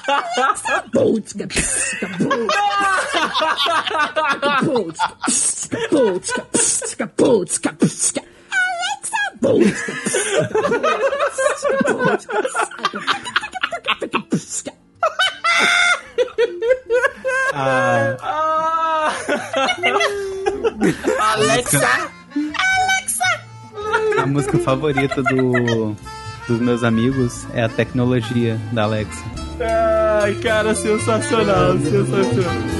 H: poutica, pstica, poutica, pstica, poutica, pstica, poutica, pstica, Alexa, poutica, pstica, pstica,
C: Ah! Alexa!
E: A música favorita do, dos meus amigos é a tecnologia da Alexa.
D: Ai, cara, sensacional, sensacional.